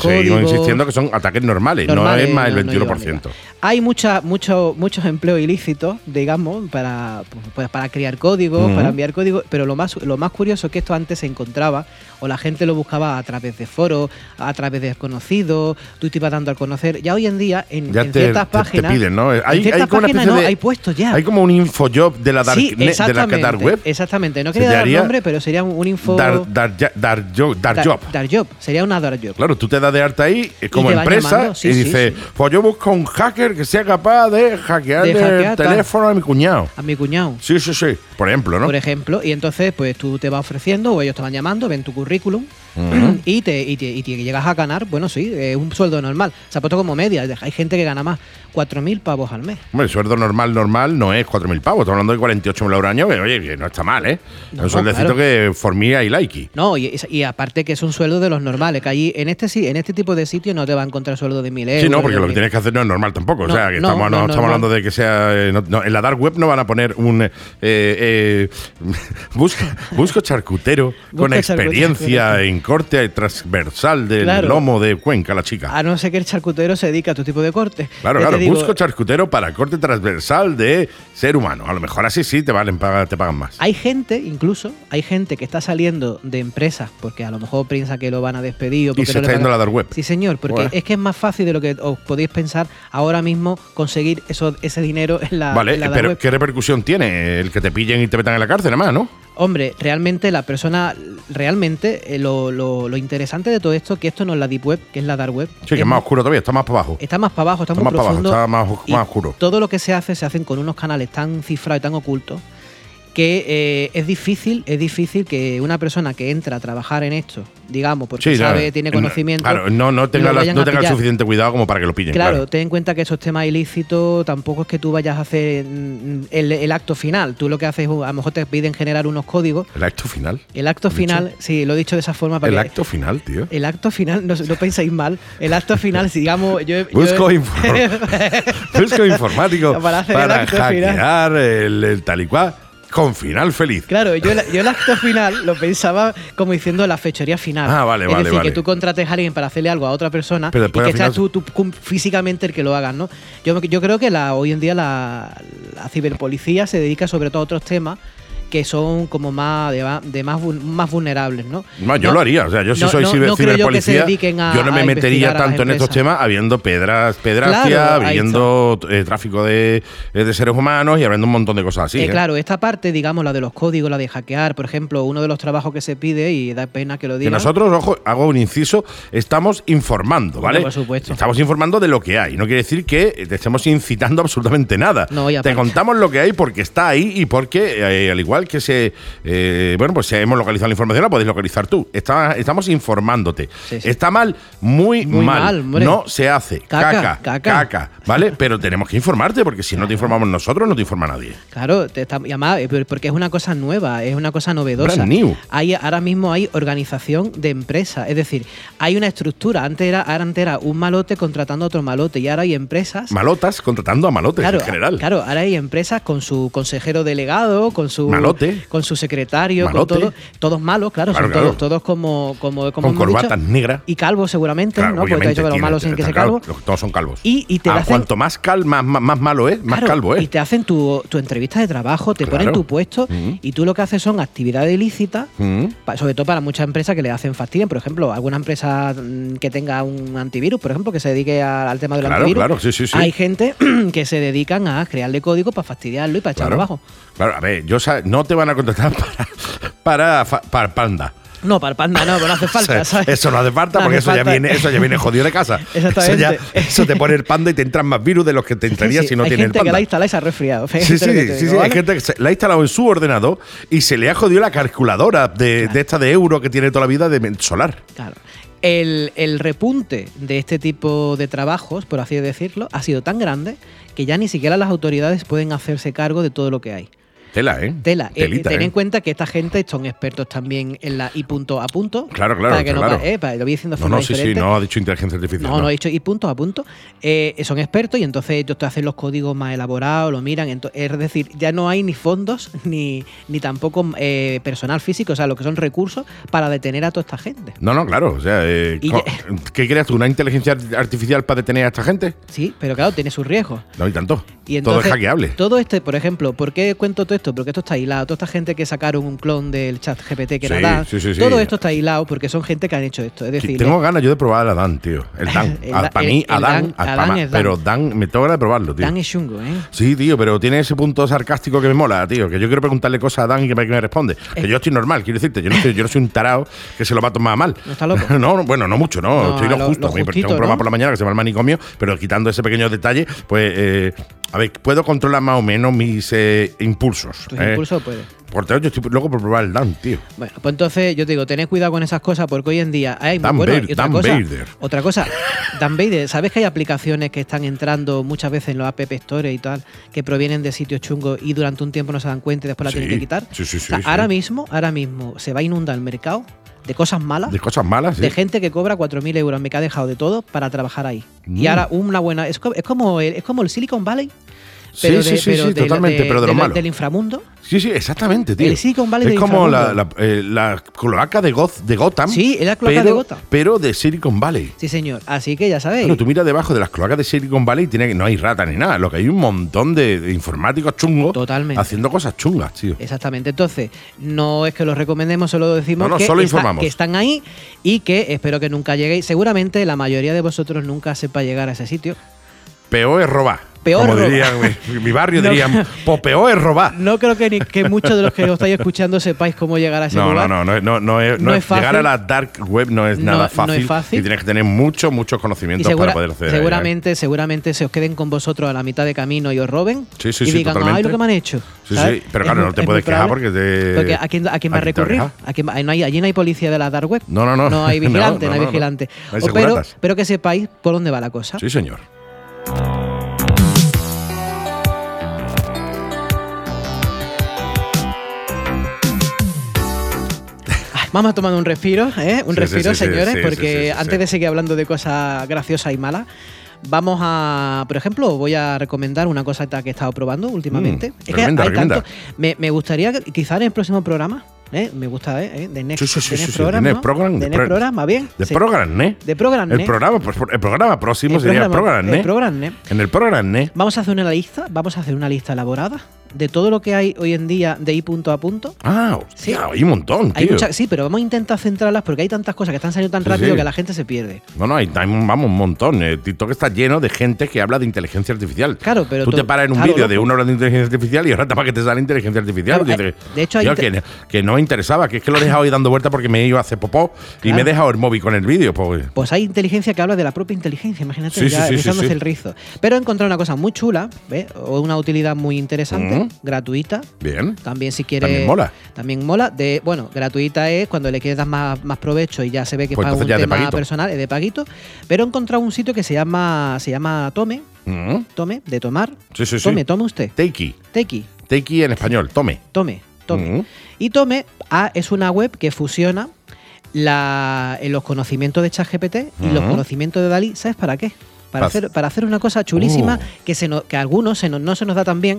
Speaker 2: Que seguimos
Speaker 3: códigos,
Speaker 2: insistiendo que son ataques normales,
Speaker 3: normales,
Speaker 2: Eh, no es más el
Speaker 3: no- no
Speaker 2: 21%.
Speaker 3: llevan nada. Hay mucha, mucho- muchos empleos ilícitos, digamos, para, pues, para crear códigos,
Speaker 2: Ujú.
Speaker 3: para enviar códigos, pero lo más, lo más curioso es que esto antes se encontraba, o la gente lo buscaba a través de foros, a través de desconocidos, tú te ibas dando a conocer. Ya hoy en día, en,
Speaker 2: ya
Speaker 3: en
Speaker 2: te,
Speaker 3: ciertas
Speaker 2: te- te
Speaker 3: páginas.
Speaker 2: piden, ¿no? Hay,
Speaker 3: en ciertas
Speaker 2: hay como una
Speaker 3: páginas
Speaker 2: especie
Speaker 3: no,
Speaker 2: de-
Speaker 3: hay puestos ya.
Speaker 2: Hay como un infojob de la dark,
Speaker 3: sí,
Speaker 2: net- de la
Speaker 3: exactamente,
Speaker 2: dark web.
Speaker 3: Exactamente. No
Speaker 2: Se
Speaker 3: quería dar
Speaker 2: llamaría
Speaker 3: nombre, pero sería un un info.
Speaker 2: Dark, dark, ya- dark jo- dark
Speaker 3: dar-
Speaker 2: job.
Speaker 3: dar job. Sería una dark job.
Speaker 2: Claro, tú te das de alta ahí eh, como
Speaker 3: te van
Speaker 2: empresa
Speaker 3: llamando, sí,
Speaker 2: y
Speaker 3: sí,
Speaker 2: dices,
Speaker 3: sí.
Speaker 2: pues yo busco un hacker que sea capaz de hackear
Speaker 3: De
Speaker 2: el
Speaker 3: hackear, tal.
Speaker 2: teléfono a mi cuñado.
Speaker 3: A mi cuñado.
Speaker 2: Sí, sí, sí. Por ejemplo, ¿no?
Speaker 3: por ejemplo, y entonces pues tú te vas ofreciendo o ellos te van llamando, ven tu currículum y, te, y, te- y te llegas a ganar, bueno, sí, es un sueldo normal. Se ha puesto como media, hay gente que gana más, 4.000 pavos al mes.
Speaker 2: Hombre, el sueldo normal, normal no es 4.000 pavos. Estamos hablando de 48 mil euros al año, que oye, que no está mal, ¿eh? Es
Speaker 3: No,
Speaker 2: un sueldecito
Speaker 3: claro.
Speaker 2: que formía y likey.
Speaker 3: No, y, y aparte que es un sueldo de los normales, que allí en este si- en este tipo de sitio no te va a encontrar sueldo de 1.000 euros.
Speaker 2: Sí, no, porque
Speaker 3: de
Speaker 2: lo que
Speaker 3: 2.000.
Speaker 2: tienes que hacer no es normal tampoco. o
Speaker 3: No,
Speaker 2: sea, que
Speaker 3: no,
Speaker 2: estamos, no
Speaker 3: no, no,
Speaker 2: estamos
Speaker 3: no.
Speaker 2: hablando de que sea. eh, no- no, en la dark web no van a poner un. eh, eh, busca, busco charcutero con
Speaker 3: Busca
Speaker 2: experiencia
Speaker 3: charcutero.
Speaker 2: en corte transversal del
Speaker 3: Claro.
Speaker 2: lomo de Cuenca, la chica.
Speaker 3: A no ser que el charcutero se dedica a tu tipo de corte.
Speaker 2: Claro,
Speaker 3: Ya te
Speaker 2: claro,
Speaker 3: digo,
Speaker 2: busco charcutero para corte transversal de ser humano. A lo mejor así sí te valen paga- te pagan más.
Speaker 3: Hay gente, incluso, hay gente que está saliendo de empresas porque a lo mejor piensa que lo van a despedir o porque
Speaker 2: se
Speaker 3: no le
Speaker 2: está yendo
Speaker 3: pagan.
Speaker 2: a la dark web.
Speaker 3: Sí, señor, porque
Speaker 2: Bueno.
Speaker 3: es que es más fácil de lo que os podéis pensar ahora mismo conseguir eso, ese dinero en la,
Speaker 2: vale,
Speaker 3: en la dark
Speaker 2: pero
Speaker 3: web.
Speaker 2: ¿qué repercusión tiene el que te pillen y te metan en la cárcel, además, no?
Speaker 3: Hombre, realmente la persona, realmente eh, lo, lo- lo interesante de todo esto que esto no es la deep web, que es la dark web.
Speaker 2: Sí, que es más oscuro todavía, está más para abajo.
Speaker 3: Está más para abajo, está,
Speaker 2: Está
Speaker 3: muy
Speaker 2: más para abajo,
Speaker 3: profundo.
Speaker 2: está más os-
Speaker 3: y
Speaker 2: más oscuro.
Speaker 3: Todo lo que se hace se hacen con unos canales tan cifrados y tan ocultos que eh, es difícil, es difícil que una persona que entra a trabajar en esto, digamos, porque
Speaker 2: Sí,
Speaker 3: sabe,
Speaker 2: claro.
Speaker 3: tiene
Speaker 2: Eh,
Speaker 3: conocimiento.
Speaker 2: Claro, no, no tenga,
Speaker 3: lo
Speaker 2: la-
Speaker 3: vayan
Speaker 2: no
Speaker 3: a
Speaker 2: tenga el
Speaker 3: pillar.
Speaker 2: suficiente cuidado como para que lo pillen.
Speaker 3: Claro,
Speaker 2: claro.
Speaker 3: ten en cuenta que esos temas ilícitos tampoco es que tú vayas a hacer mm, el, el acto final. Tú lo que haces, uh, a lo mejor te piden generar unos códigos.
Speaker 2: El acto final.
Speaker 3: El acto
Speaker 2: ¿Has
Speaker 3: final, sí, lo he dicho de esa forma para
Speaker 2: El
Speaker 3: que-
Speaker 2: acto final, tío.
Speaker 3: El acto final, no, no pensáis mal. El acto final, si digamos, yo, yo-
Speaker 2: Busco, infor- busco informático para,
Speaker 3: Para hacer el acto final.
Speaker 2: hackear el, el tal y cual con final feliz.
Speaker 3: Claro, yo, la- yo el acto final lo pensaba como diciendo la fechoría final.
Speaker 2: Ah, vale,
Speaker 3: es
Speaker 2: vale,
Speaker 3: decir,
Speaker 2: vale.
Speaker 3: que tú contrates a alguien para hacerle algo a otra persona
Speaker 2: Pero
Speaker 3: y
Speaker 2: después
Speaker 3: que
Speaker 2: al
Speaker 3: seas
Speaker 2: final-
Speaker 3: tú, tú cum- físicamente el que lo hagas, ¿no? Yo, me- yo creo que la, hoy en día la, la ciberpolicía se dedica sobre todo a otros temas que son como más de, va- de más, vul- más vulnerables, ¿no?
Speaker 2: No, yo
Speaker 3: No-
Speaker 2: lo haría, o sea, yo si
Speaker 3: no-
Speaker 2: soy
Speaker 3: no-
Speaker 2: ciber-
Speaker 3: no creo yo que se
Speaker 2: ciberpolicía,
Speaker 3: dediquen a-
Speaker 2: yo no me
Speaker 3: a
Speaker 2: metería
Speaker 3: investigar a las
Speaker 2: tanto en estos
Speaker 3: empresas.
Speaker 2: temas habiendo pedras, pedracia,
Speaker 3: Claro, ahí
Speaker 2: viendo eh, tráfico de, eh, de seres humanos y hablando un montón de cosas así.
Speaker 3: Eh,
Speaker 2: ¿eh?
Speaker 3: Claro, esta parte, digamos, la de los códigos, la de hackear, por ejemplo, uno de los trabajos que se pide y da pena que lo
Speaker 2: Que
Speaker 3: diga.
Speaker 2: nosotros, ojo, hago un inciso, estamos informando, ¿vale?
Speaker 3: Hombre, por supuesto.
Speaker 2: Estamos informando de lo que hay. No quiere decir que te estemos incitando absolutamente nada.
Speaker 3: No, y
Speaker 2: te
Speaker 3: aparte-
Speaker 2: contamos lo que hay porque está ahí y porque, eh, al igual que se. eh, bueno, pues si hemos localizado la información, la podéis localizar tú. Está- estamos informándote.
Speaker 3: Sí, sí.
Speaker 2: Está mal, muy,
Speaker 3: Muy mal,
Speaker 2: mal.
Speaker 3: hombre.
Speaker 2: no se hace. Caca,
Speaker 3: Caca,
Speaker 2: caca,
Speaker 3: caca.
Speaker 2: ¿vale? Pero tenemos que informarte porque si no te informamos nosotros, no te informa nadie.
Speaker 3: Claro, te está- y además, eh, pero- porque es una cosa nueva, es una cosa novedosa.
Speaker 2: Brand new.
Speaker 3: Hay, ahora mismo hay organización de empresas, es decir, hay una estructura. Antes era, ahora antes era un malote contratando a otro malote y ahora hay empresas.
Speaker 2: Malotas contratando a malotes
Speaker 3: Claro,
Speaker 2: en general.
Speaker 3: claro, ahora hay empresas con su consejero delegado, con su
Speaker 2: Malote.
Speaker 3: con su secretario,
Speaker 2: Malote.
Speaker 3: con todo, todos malos, claro,
Speaker 2: Claro,
Speaker 3: son
Speaker 2: claro.
Speaker 3: todos, todos como, como, como
Speaker 2: Con
Speaker 3: hemos dicho.
Speaker 2: corbatas negras.
Speaker 3: y calvos seguramente,
Speaker 2: Claro,
Speaker 3: ¿no? Porque te he
Speaker 2: obviamente,
Speaker 3: dicho que los
Speaker 2: tiene-
Speaker 3: malos tienen que ser
Speaker 2: claro,
Speaker 3: calvos.
Speaker 2: los- Todos son calvos.
Speaker 3: Y- y te
Speaker 2: Ah,
Speaker 3: hacen-
Speaker 2: Cuanto más, cal, más, más, más malo es, más
Speaker 3: Claro,
Speaker 2: calvo ¿eh? es.
Speaker 3: Y te hacen tu, tu entrevista de trabajo, te
Speaker 2: Claro.
Speaker 3: ponen tu puesto
Speaker 2: Mm.
Speaker 3: y tú lo que haces son actividades ilícitas,
Speaker 2: Mm.
Speaker 3: pa- sobre todo para muchas empresas que le hacen fastidio. Por ejemplo, alguna empresa mm, que tenga un antivirus, por ejemplo, que se dedique a- al tema del
Speaker 2: Claro,
Speaker 3: antivirus.
Speaker 2: claro, sí, sí, sí.
Speaker 3: Hay gente que se dedican a crearle código para fastidiarlo y para echarlo abajo.
Speaker 2: Claro, a ver, yo sa- no te van a contratar para, para, fa- para panda.
Speaker 3: No, para el panda no, pero no hace falta,
Speaker 2: O sea,
Speaker 3: ¿sabes?
Speaker 2: Eso no hace falta
Speaker 3: No
Speaker 2: porque
Speaker 3: hace
Speaker 2: eso, Ya
Speaker 3: falta.
Speaker 2: viene, eso ya viene jodido de casa. Eso, ya-
Speaker 3: Exactamente.
Speaker 2: eso te pone el panda y te entran más virus de los que te
Speaker 3: Sí,
Speaker 2: entraría
Speaker 3: sí,
Speaker 2: si no
Speaker 3: hay
Speaker 2: tienes
Speaker 3: gente
Speaker 2: panda.
Speaker 3: que la instala y se ha resfriado.
Speaker 2: Sí, sí,
Speaker 3: fíjate lo que te
Speaker 2: sí, sí,
Speaker 3: digo,
Speaker 2: Hay
Speaker 3: ¿vale?
Speaker 2: gente que se- la ha instalado en su ordenador y se le ha jodido la calculadora de, de esta de euro que tiene toda la vida de men- solar.
Speaker 3: Claro. El, el repunte de este tipo de trabajos, por así decirlo, ha sido tan grande que ya ni siquiera las autoridades pueden hacerse cargo de todo lo que hay.
Speaker 2: Tela, ¿eh?
Speaker 3: Tela, Eh,
Speaker 2: Telita,
Speaker 3: ten en
Speaker 2: ¿eh?
Speaker 3: cuenta que esta gente son expertos también en la I punto a punto.
Speaker 2: Claro, claro,
Speaker 3: Para que
Speaker 2: claro.
Speaker 3: no pa- eh, para- lo voy diciendo de
Speaker 2: No,
Speaker 3: forma
Speaker 2: no, sí, sí,
Speaker 3: diferente.
Speaker 2: no ha dicho inteligencia artificial.
Speaker 3: No, no he dicho y punto a punto. Eh, son expertos y entonces ellos te hacen los códigos más elaborados, lo miran. ento- es decir, ya no hay ni fondos ni, ni tampoco eh, personal físico, o sea, lo que son recursos para detener a toda esta gente.
Speaker 2: No, no, claro. O sea, eh,
Speaker 3: Y
Speaker 2: co-
Speaker 3: ya-
Speaker 2: ¿qué creas tú? ¿Una inteligencia artificial para detener a esta gente?
Speaker 3: Sí, pero claro, tiene sus riesgos.
Speaker 2: No hay tanto.
Speaker 3: Y
Speaker 2: Todo es
Speaker 3: entonces,
Speaker 2: hackeable.
Speaker 3: Todo este, por ejemplo, ¿por qué cuento todo esto? Porque esto está hilado. Toda esta gente que sacaron un clon del chat GPT que era
Speaker 2: Sí,
Speaker 3: Dan,
Speaker 2: sí, sí, sí.
Speaker 3: todo esto está hilado porque son gente que han hecho esto. Es
Speaker 2: Que
Speaker 3: decir,
Speaker 2: tengo ganas yo de probar a Dan, tío. El Dan.
Speaker 3: El
Speaker 2: A-
Speaker 3: Dan-
Speaker 2: para
Speaker 3: el-
Speaker 2: mí, a
Speaker 3: el
Speaker 2: Dan.
Speaker 3: Dan-
Speaker 2: a-
Speaker 3: a
Speaker 2: pa'
Speaker 3: Dan
Speaker 2: ma-
Speaker 3: es Dan.
Speaker 2: Pero Dan, me tengo ganas de probarlo, tío.
Speaker 3: Dan es chungo, ¿eh?
Speaker 2: Sí, tío, pero tiene ese punto sarcástico que me mola, tío. Que yo quiero preguntarle cosas a Dan y que me, que me responde.
Speaker 3: Eh.
Speaker 2: Que yo estoy normal, quiero decirte. Yo no, estoy- yo no soy un tarao que se lo va a tomar a mal.
Speaker 3: No está loco.
Speaker 2: no, no, bueno, no mucho, no.
Speaker 3: No,
Speaker 2: estoy lo,
Speaker 3: lo-
Speaker 2: justo.
Speaker 3: lo
Speaker 2: Oye, pero
Speaker 3: justito,
Speaker 2: tengo un programa
Speaker 3: ¿no?
Speaker 2: por la mañana que se llama El Manicomio, pero quitando ese pequeño detalle, pues. eh, a ver, puedo controlar más o menos mis eh, impulsos.
Speaker 3: Tus
Speaker 2: eh.
Speaker 3: impulsos pueden.
Speaker 2: Por tanto, yo estoy loco por probar el Dan, tío.
Speaker 3: Bueno, pues entonces yo te digo, tened cuidado con esas cosas porque hoy en día hay
Speaker 2: Dan
Speaker 3: bueno,
Speaker 2: Vader,
Speaker 3: y otra
Speaker 2: Dan
Speaker 3: cosa,
Speaker 2: Vader.
Speaker 3: otra cosa, Dan Vader, ¿sabes que hay aplicaciones que están entrando muchas veces en los app store y tal que provienen de sitios chungos y durante un tiempo no se dan cuenta y después la
Speaker 2: Sí,
Speaker 3: tienen que quitar?
Speaker 2: sí, sí,
Speaker 3: O sea,
Speaker 2: sí, sí.
Speaker 3: ahora mismo, ahora mismo se va a inundar el mercado de cosas malas.
Speaker 2: De cosas malas, sí.
Speaker 3: de gente que cobra 4.000 euros, me que ha dejado de todo para trabajar ahí.
Speaker 2: Mm.
Speaker 3: Y ahora una buena... Es co- es como, el- es como el Silicon Valley,
Speaker 2: Sí,
Speaker 3: pero,
Speaker 2: sí,
Speaker 3: de-
Speaker 2: sí,
Speaker 3: pero
Speaker 2: sí,
Speaker 3: del-
Speaker 2: totalmente,
Speaker 3: de-
Speaker 2: pero de lo
Speaker 3: del-
Speaker 2: malo.
Speaker 3: del inframundo.
Speaker 2: Sí, sí, exactamente, tío.
Speaker 3: El Silicon Valley
Speaker 2: es
Speaker 3: del
Speaker 2: como la, la,
Speaker 3: inframundo.
Speaker 2: eh, la cloaca de, Goth, de Gotham.
Speaker 3: Sí, es la cloaca
Speaker 2: pero-
Speaker 3: de Gotham.
Speaker 2: Pero de Silicon Valley.
Speaker 3: Sí, señor. Así que ya sabéis.
Speaker 2: Claro, tú miras debajo de las cloacas de Silicon Valley y tiene, que- no hay rata ni nada. Lo que hay un montón de, de informáticos chungos
Speaker 3: Totalmente.
Speaker 2: haciendo cosas chungas, tío.
Speaker 3: Exactamente. Entonces, no es que los recomendemos, solo decimos
Speaker 2: No, no,
Speaker 3: que,
Speaker 2: solo
Speaker 3: está-
Speaker 2: informamos.
Speaker 3: que están ahí y que espero que nunca lleguéis. Seguramente la mayoría de vosotros nunca sepa llegar a ese sitio.
Speaker 2: Peor es robar.
Speaker 3: Peor
Speaker 2: Como
Speaker 3: es robar.
Speaker 2: dirían mi, mi barrio,
Speaker 3: No.
Speaker 2: dirían, pues peor es robar.
Speaker 3: No creo que, ni, que muchos de los que os estáis escuchando sepáis cómo llegar a ese
Speaker 2: No, no,
Speaker 3: lugar.
Speaker 2: no, no, no, no es, no
Speaker 3: No
Speaker 2: es-
Speaker 3: es fácil.
Speaker 2: Llegar a la dark web no es
Speaker 3: No,
Speaker 2: nada
Speaker 3: no es
Speaker 2: fácil,
Speaker 3: fácil.
Speaker 2: Y tienes que tener muchos, muchos
Speaker 3: Y
Speaker 2: conocimientos
Speaker 3: segura-
Speaker 2: para poder acceder. a ella, ¿eh?
Speaker 3: seguramente, seguramente se os queden con vosotros a la mitad de camino y os roben
Speaker 2: Sí, sí,
Speaker 3: y
Speaker 2: sí,
Speaker 3: digan, ay,
Speaker 2: totalmente.
Speaker 3: lo que me han hecho.
Speaker 2: Sí,
Speaker 3: ¿sabes?
Speaker 2: sí, pero
Speaker 3: Es
Speaker 2: claro,
Speaker 3: muy-
Speaker 2: no te
Speaker 3: es muy
Speaker 2: puedes quejar
Speaker 3: probable.
Speaker 2: porque te.
Speaker 3: Porque ¿a quién, a quién va a
Speaker 2: te
Speaker 3: recurrir?
Speaker 2: quejas.
Speaker 3: ¿A quién va- no hay, allí no hay policía de la dark web.
Speaker 2: No, no, no.
Speaker 3: No hay vigilante,
Speaker 2: No, no,
Speaker 3: no, hay
Speaker 2: no, no.
Speaker 3: vigilante.
Speaker 2: No hay
Speaker 3: O- pero,
Speaker 2: seguratas.
Speaker 3: pero que sepáis por dónde va la cosa.
Speaker 2: Sí, señor.
Speaker 3: Vamos a tomar un respiro, ¿eh?
Speaker 2: Sí, sí,
Speaker 3: Un respiro,
Speaker 2: sí, sí,
Speaker 3: señores,
Speaker 2: sí, sí,
Speaker 3: porque
Speaker 2: sí, sí, sí.
Speaker 3: antes de seguir hablando de cosas graciosas y malas, vamos a, por ejemplo, voy a recomendar una cosa que he estado probando últimamente.
Speaker 2: Mm, recomienda, recomienda.
Speaker 3: Me, me gustaría, que- quizá en el próximo programa, ¿eh? me gusta, ¿eh? De Next,
Speaker 2: Sí, sí, sí,
Speaker 3: The
Speaker 2: sí,
Speaker 3: Next
Speaker 2: sí,
Speaker 3: Program,
Speaker 2: The Next
Speaker 3: ¿no?
Speaker 2: Program,
Speaker 3: The
Speaker 2: The
Speaker 3: Next
Speaker 2: Pro-
Speaker 3: Program, bien.
Speaker 2: De program, ¿eh?
Speaker 3: De Program,
Speaker 2: El
Speaker 3: ¿eh?
Speaker 2: programa, pues, el programa próximo
Speaker 3: El
Speaker 2: sería el
Speaker 3: programa-
Speaker 2: programa, ¿eh?
Speaker 3: el programa, ¿eh?
Speaker 2: En el programa, ¿eh?
Speaker 3: Vamos a hacer una lista, vamos a hacer una lista elaborada de todo lo que hay hoy en día de I punto a punto.
Speaker 2: Ah, hostia,
Speaker 3: Sí.
Speaker 2: hay un montón,
Speaker 3: Hay
Speaker 2: tío.
Speaker 3: muchas- sí, pero vamos a intentar centrarlas porque hay tantas cosas que están saliendo tan
Speaker 2: Sí,
Speaker 3: rápido
Speaker 2: sí.
Speaker 3: que la gente se pierde.
Speaker 2: No, no, hay, hay un- vamos un montón. Eh, TikTok está lleno de gente que habla de inteligencia artificial.
Speaker 3: Claro, pero
Speaker 2: tú
Speaker 3: to-
Speaker 2: te paras en un
Speaker 3: claro,
Speaker 2: vídeo de
Speaker 3: loco.
Speaker 2: una hora de inteligencia artificial y ahora para que te sale inteligencia artificial.
Speaker 3: Claro,
Speaker 2: Y
Speaker 3: hay-
Speaker 2: dices,
Speaker 3: de hecho, hay
Speaker 2: "Tío,
Speaker 3: inte-
Speaker 2: que, que no me interesaba, que es que lo he dejado ahí dando vuelta porque me iba a hacer popó y
Speaker 3: Claro.
Speaker 2: me he dejado el móvil con el vídeo. Pues,
Speaker 3: Pues hay inteligencia que habla de la propia inteligencia, imagínate,
Speaker 2: Sí,
Speaker 3: ya
Speaker 2: sí, sí, sí,
Speaker 3: rizándose
Speaker 2: sí.
Speaker 3: el rizo. Pero he encontrado una cosa muy chula, ¿eh? o una utilidad muy interesante,
Speaker 2: Mm.
Speaker 3: gratuita.
Speaker 2: bien.
Speaker 3: También si quieres.
Speaker 2: También mola.
Speaker 3: También mola. De, bueno, gratuita es cuando le quieres dar más, más provecho y ya se ve que
Speaker 2: Pues
Speaker 3: es para
Speaker 2: entonces
Speaker 3: un
Speaker 2: ya es de
Speaker 3: tema
Speaker 2: paguito.
Speaker 3: personal, es de paguito. Pero he encontrado un sitio que se llama. Se llama Tome.
Speaker 2: Mm.
Speaker 3: Tome, de tomar.
Speaker 2: Sí, sí, sí.
Speaker 3: Tome, tome usted.
Speaker 2: Takey.
Speaker 3: Tequi,
Speaker 2: Takey en español. Tome.
Speaker 3: tome, tome.
Speaker 2: Mm.
Speaker 3: Y Tome ah, es una web que fusiona la- eh, los conocimientos de ChatGPT y los
Speaker 2: Ujú.
Speaker 3: conocimientos de Dalí. ¿Sabes para qué?
Speaker 2: Pa-
Speaker 3: Para, hacer, para hacer una cosa chulísima
Speaker 2: Uh.
Speaker 3: que, se nos- que a algunos se nos- no se nos da tan bien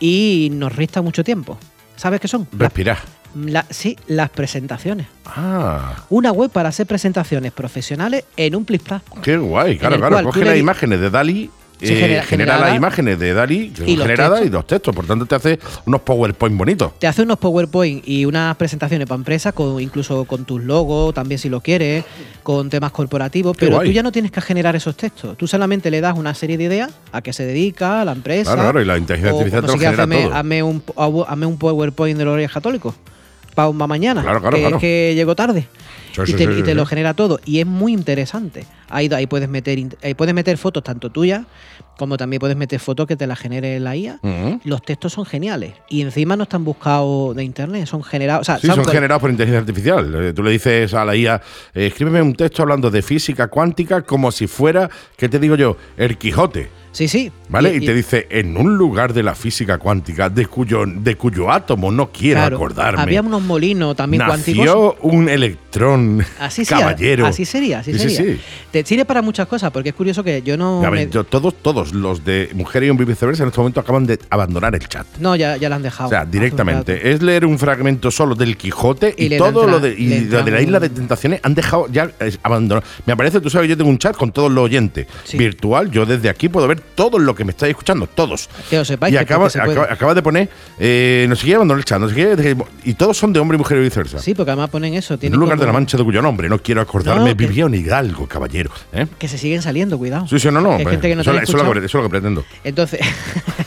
Speaker 3: y nos resta mucho tiempo. ¿Sabes qué son? Las-
Speaker 2: Respirar.
Speaker 3: la- sí, las presentaciones.
Speaker 2: Ah,
Speaker 3: Una web para hacer presentaciones profesionales en un plis-plas.
Speaker 2: qué guay. Claro,
Speaker 3: el
Speaker 2: claro.
Speaker 3: cual tú
Speaker 2: Coge
Speaker 3: le
Speaker 2: las
Speaker 3: di-
Speaker 2: imágenes de Dali.
Speaker 3: Sí,
Speaker 2: eh, genera,
Speaker 3: genera-
Speaker 2: las
Speaker 3: generada.
Speaker 2: imágenes de Dali
Speaker 3: Y los
Speaker 2: generadas
Speaker 3: textos.
Speaker 2: y dos textos. Por tanto, te hace unos PowerPoint bonitos.
Speaker 3: Te hace unos PowerPoint y unas presentaciones para empresas, con, incluso con tus logos, también si lo quieres, con temas corporativos,
Speaker 2: Qué
Speaker 3: pero
Speaker 2: guay.
Speaker 3: tú ya no tienes que generar esos textos. Tú solamente le das una serie de ideas a qué se dedica, a la empresa.
Speaker 2: Claro, claro, y la inteligencia
Speaker 3: o,
Speaker 2: artificial te lo
Speaker 3: como si quieres,
Speaker 2: genera
Speaker 3: hazme,
Speaker 2: todo.
Speaker 3: hazme un, hazme un PowerPoint de los Reyes Católicos para un ma mañana,
Speaker 2: Claro, claro,
Speaker 3: que,
Speaker 2: claro.
Speaker 3: que llegó tarde.
Speaker 2: Sí,
Speaker 3: y
Speaker 2: sí,
Speaker 3: te,
Speaker 2: sí,
Speaker 3: y
Speaker 2: sí,
Speaker 3: te
Speaker 2: sí.
Speaker 3: lo genera todo. Y es muy interesante. Ahí, ahí, puedes meter, in- ahí puedes meter fotos tanto tuyas como también puedes meter fotos que te las genere la IA.
Speaker 2: Ujú.
Speaker 3: Los textos son geniales. Y encima no están buscados de internet, son generados. O sea,
Speaker 2: Sí,
Speaker 3: ¿sabes
Speaker 2: son
Speaker 3: cuál-
Speaker 2: generados por inteligencia artificial. Eh, Tú le dices a la IA, eh, escríbeme un texto hablando de física cuántica como si fuera, ¿qué te digo yo? El Quijote.
Speaker 3: sí, sí.
Speaker 2: ¿Vale? Y, te dice, en un lugar de la física cuántica de cuyo, de cuyo átomo no quiero
Speaker 3: claro,
Speaker 2: acordarme.
Speaker 3: Había unos molinos también cuánticos.
Speaker 2: Nació un electrón
Speaker 3: Así sea,
Speaker 2: caballero.
Speaker 3: Así sería, así
Speaker 2: Sí, sí,
Speaker 3: sería.
Speaker 2: sí.
Speaker 3: Te sirve para muchas cosas, porque es curioso que yo no.
Speaker 2: A ver,
Speaker 3: me-
Speaker 2: yo- todos, todos los de Mujer y un viceversa en este momento acaban de abandonar el chat.
Speaker 3: No, ya, ya la han dejado.
Speaker 2: O sea,
Speaker 3: hace un rato.
Speaker 2: directamente. Es leer un fragmento solo del Quijote
Speaker 3: Y
Speaker 2: y,
Speaker 3: le
Speaker 2: todo
Speaker 3: entra-
Speaker 2: lo de, y
Speaker 3: le
Speaker 2: lo
Speaker 3: entra
Speaker 2: de la
Speaker 3: un-
Speaker 2: Isla de Tentaciones han dejado ya es, abandonado. Me aparece, tú sabes, yo tengo un chat con todos los oyentes.
Speaker 3: Sí.
Speaker 2: Virtual, yo desde aquí puedo ver todo lo que me estáis escuchando, todos.
Speaker 3: Que lo sepáis.
Speaker 2: Y
Speaker 3: que
Speaker 2: acaba,
Speaker 3: porque se puede.
Speaker 2: acaba- acaba de poner, eh, no sé qué, abandonar el chat, no sé qué, y todos son de hombre y mujer y viceversa.
Speaker 3: Sí, porque además ponen eso.
Speaker 2: en
Speaker 3: tienen
Speaker 2: un lugar
Speaker 3: como-
Speaker 2: de la mancha de cuyo nombre no quiero acordarme,
Speaker 3: No, que-
Speaker 2: vivía un hidalgo, caballero. ¿eh?
Speaker 3: Que se siguen saliendo, cuidado.
Speaker 2: Sí, sí, no, no.
Speaker 3: Que hay
Speaker 2: hombre,
Speaker 3: gente que no te
Speaker 2: eso,
Speaker 3: haya
Speaker 2: eso es lo que,
Speaker 3: escuchado.
Speaker 2: eso es lo que pretendo.
Speaker 3: Entonces,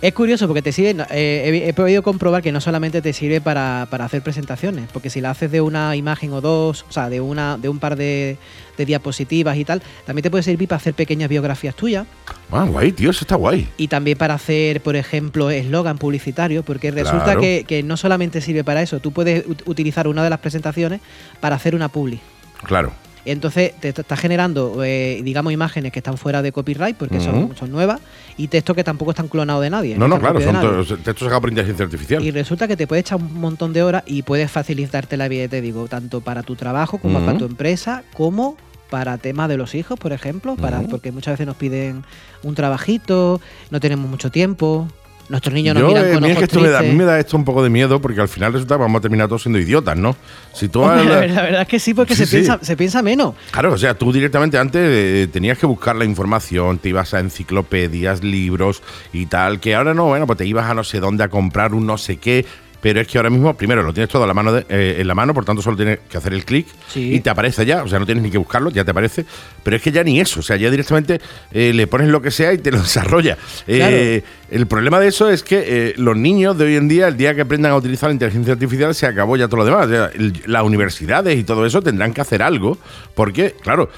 Speaker 3: es curioso porque te sirve. no, eh, he, he podido comprobar que no solamente te sirve para, para hacer presentaciones, porque si la haces de una imagen o dos, o sea, de una, de un par de, de diapositivas y tal, también te puede servir para hacer pequeñas biografías tuyas
Speaker 2: Ah, guay, tío, eso está guay.
Speaker 3: y también para hacer, por ejemplo, eslogan publicitario, porque resulta
Speaker 2: Claro.
Speaker 3: que, que no solamente sirve para eso, tú puedes ut- utilizar una de las presentaciones para hacer una publi.
Speaker 2: Claro.
Speaker 3: Entonces te está generando, eh, digamos, imágenes que están fuera de copyright porque son,
Speaker 2: Ujú.
Speaker 3: son nuevas y textos que tampoco están clonados de nadie.
Speaker 2: No, no,
Speaker 3: están
Speaker 2: claro,
Speaker 3: copiados
Speaker 2: son
Speaker 3: de nadie.
Speaker 2: todos textos sacados por inteligencia artificial.
Speaker 3: Y resulta que te puede echar un montón de horas y puedes facilitarte la vida, te digo, tanto para tu trabajo como
Speaker 2: Ujú.
Speaker 3: para tu empresa, como para temas de los hijos, por ejemplo, para,
Speaker 2: Ujú.
Speaker 3: porque muchas veces nos piden un trabajito, no tenemos mucho tiempo, nuestros niños nos
Speaker 2: Yo,
Speaker 3: miran
Speaker 2: eh,
Speaker 3: con
Speaker 2: mira, es que
Speaker 3: ojos
Speaker 2: esto me da, a mí
Speaker 3: tristes.
Speaker 2: me da esto un poco de miedo porque al final resulta que vamos a terminar todos siendo idiotas, ¿no? Si tú
Speaker 3: Hombre, la,
Speaker 2: hablas-
Speaker 3: verdad, la verdad es que sí, porque
Speaker 2: eh. Sí,
Speaker 3: se,
Speaker 2: sí.
Speaker 3: Piensa, se piensa menos.
Speaker 2: Claro, o sea, tú directamente antes eh, tenías que buscar la información, te ibas a enciclopedias, libros y tal, que ahora no, bueno, pues te ibas a no sé dónde a comprar un no sé qué. Pero es que ahora mismo, primero, lo tienes todo a la mano de- eh, en la mano, por tanto solo tienes que hacer el clic
Speaker 3: Sí.
Speaker 2: y te aparece ya. O sea, no tienes ni que buscarlo, ya te aparece. Pero es que ya ni eso, o sea, ya directamente eh, le pones lo que sea y te lo desarrolla. Eh, el problema de eso es que eh, los niños de hoy en día, el día que aprendan a utilizar la inteligencia artificial, se acabó ya todo lo demás. O sea, el- las universidades y todo eso tendrán que hacer algo, porque, claro,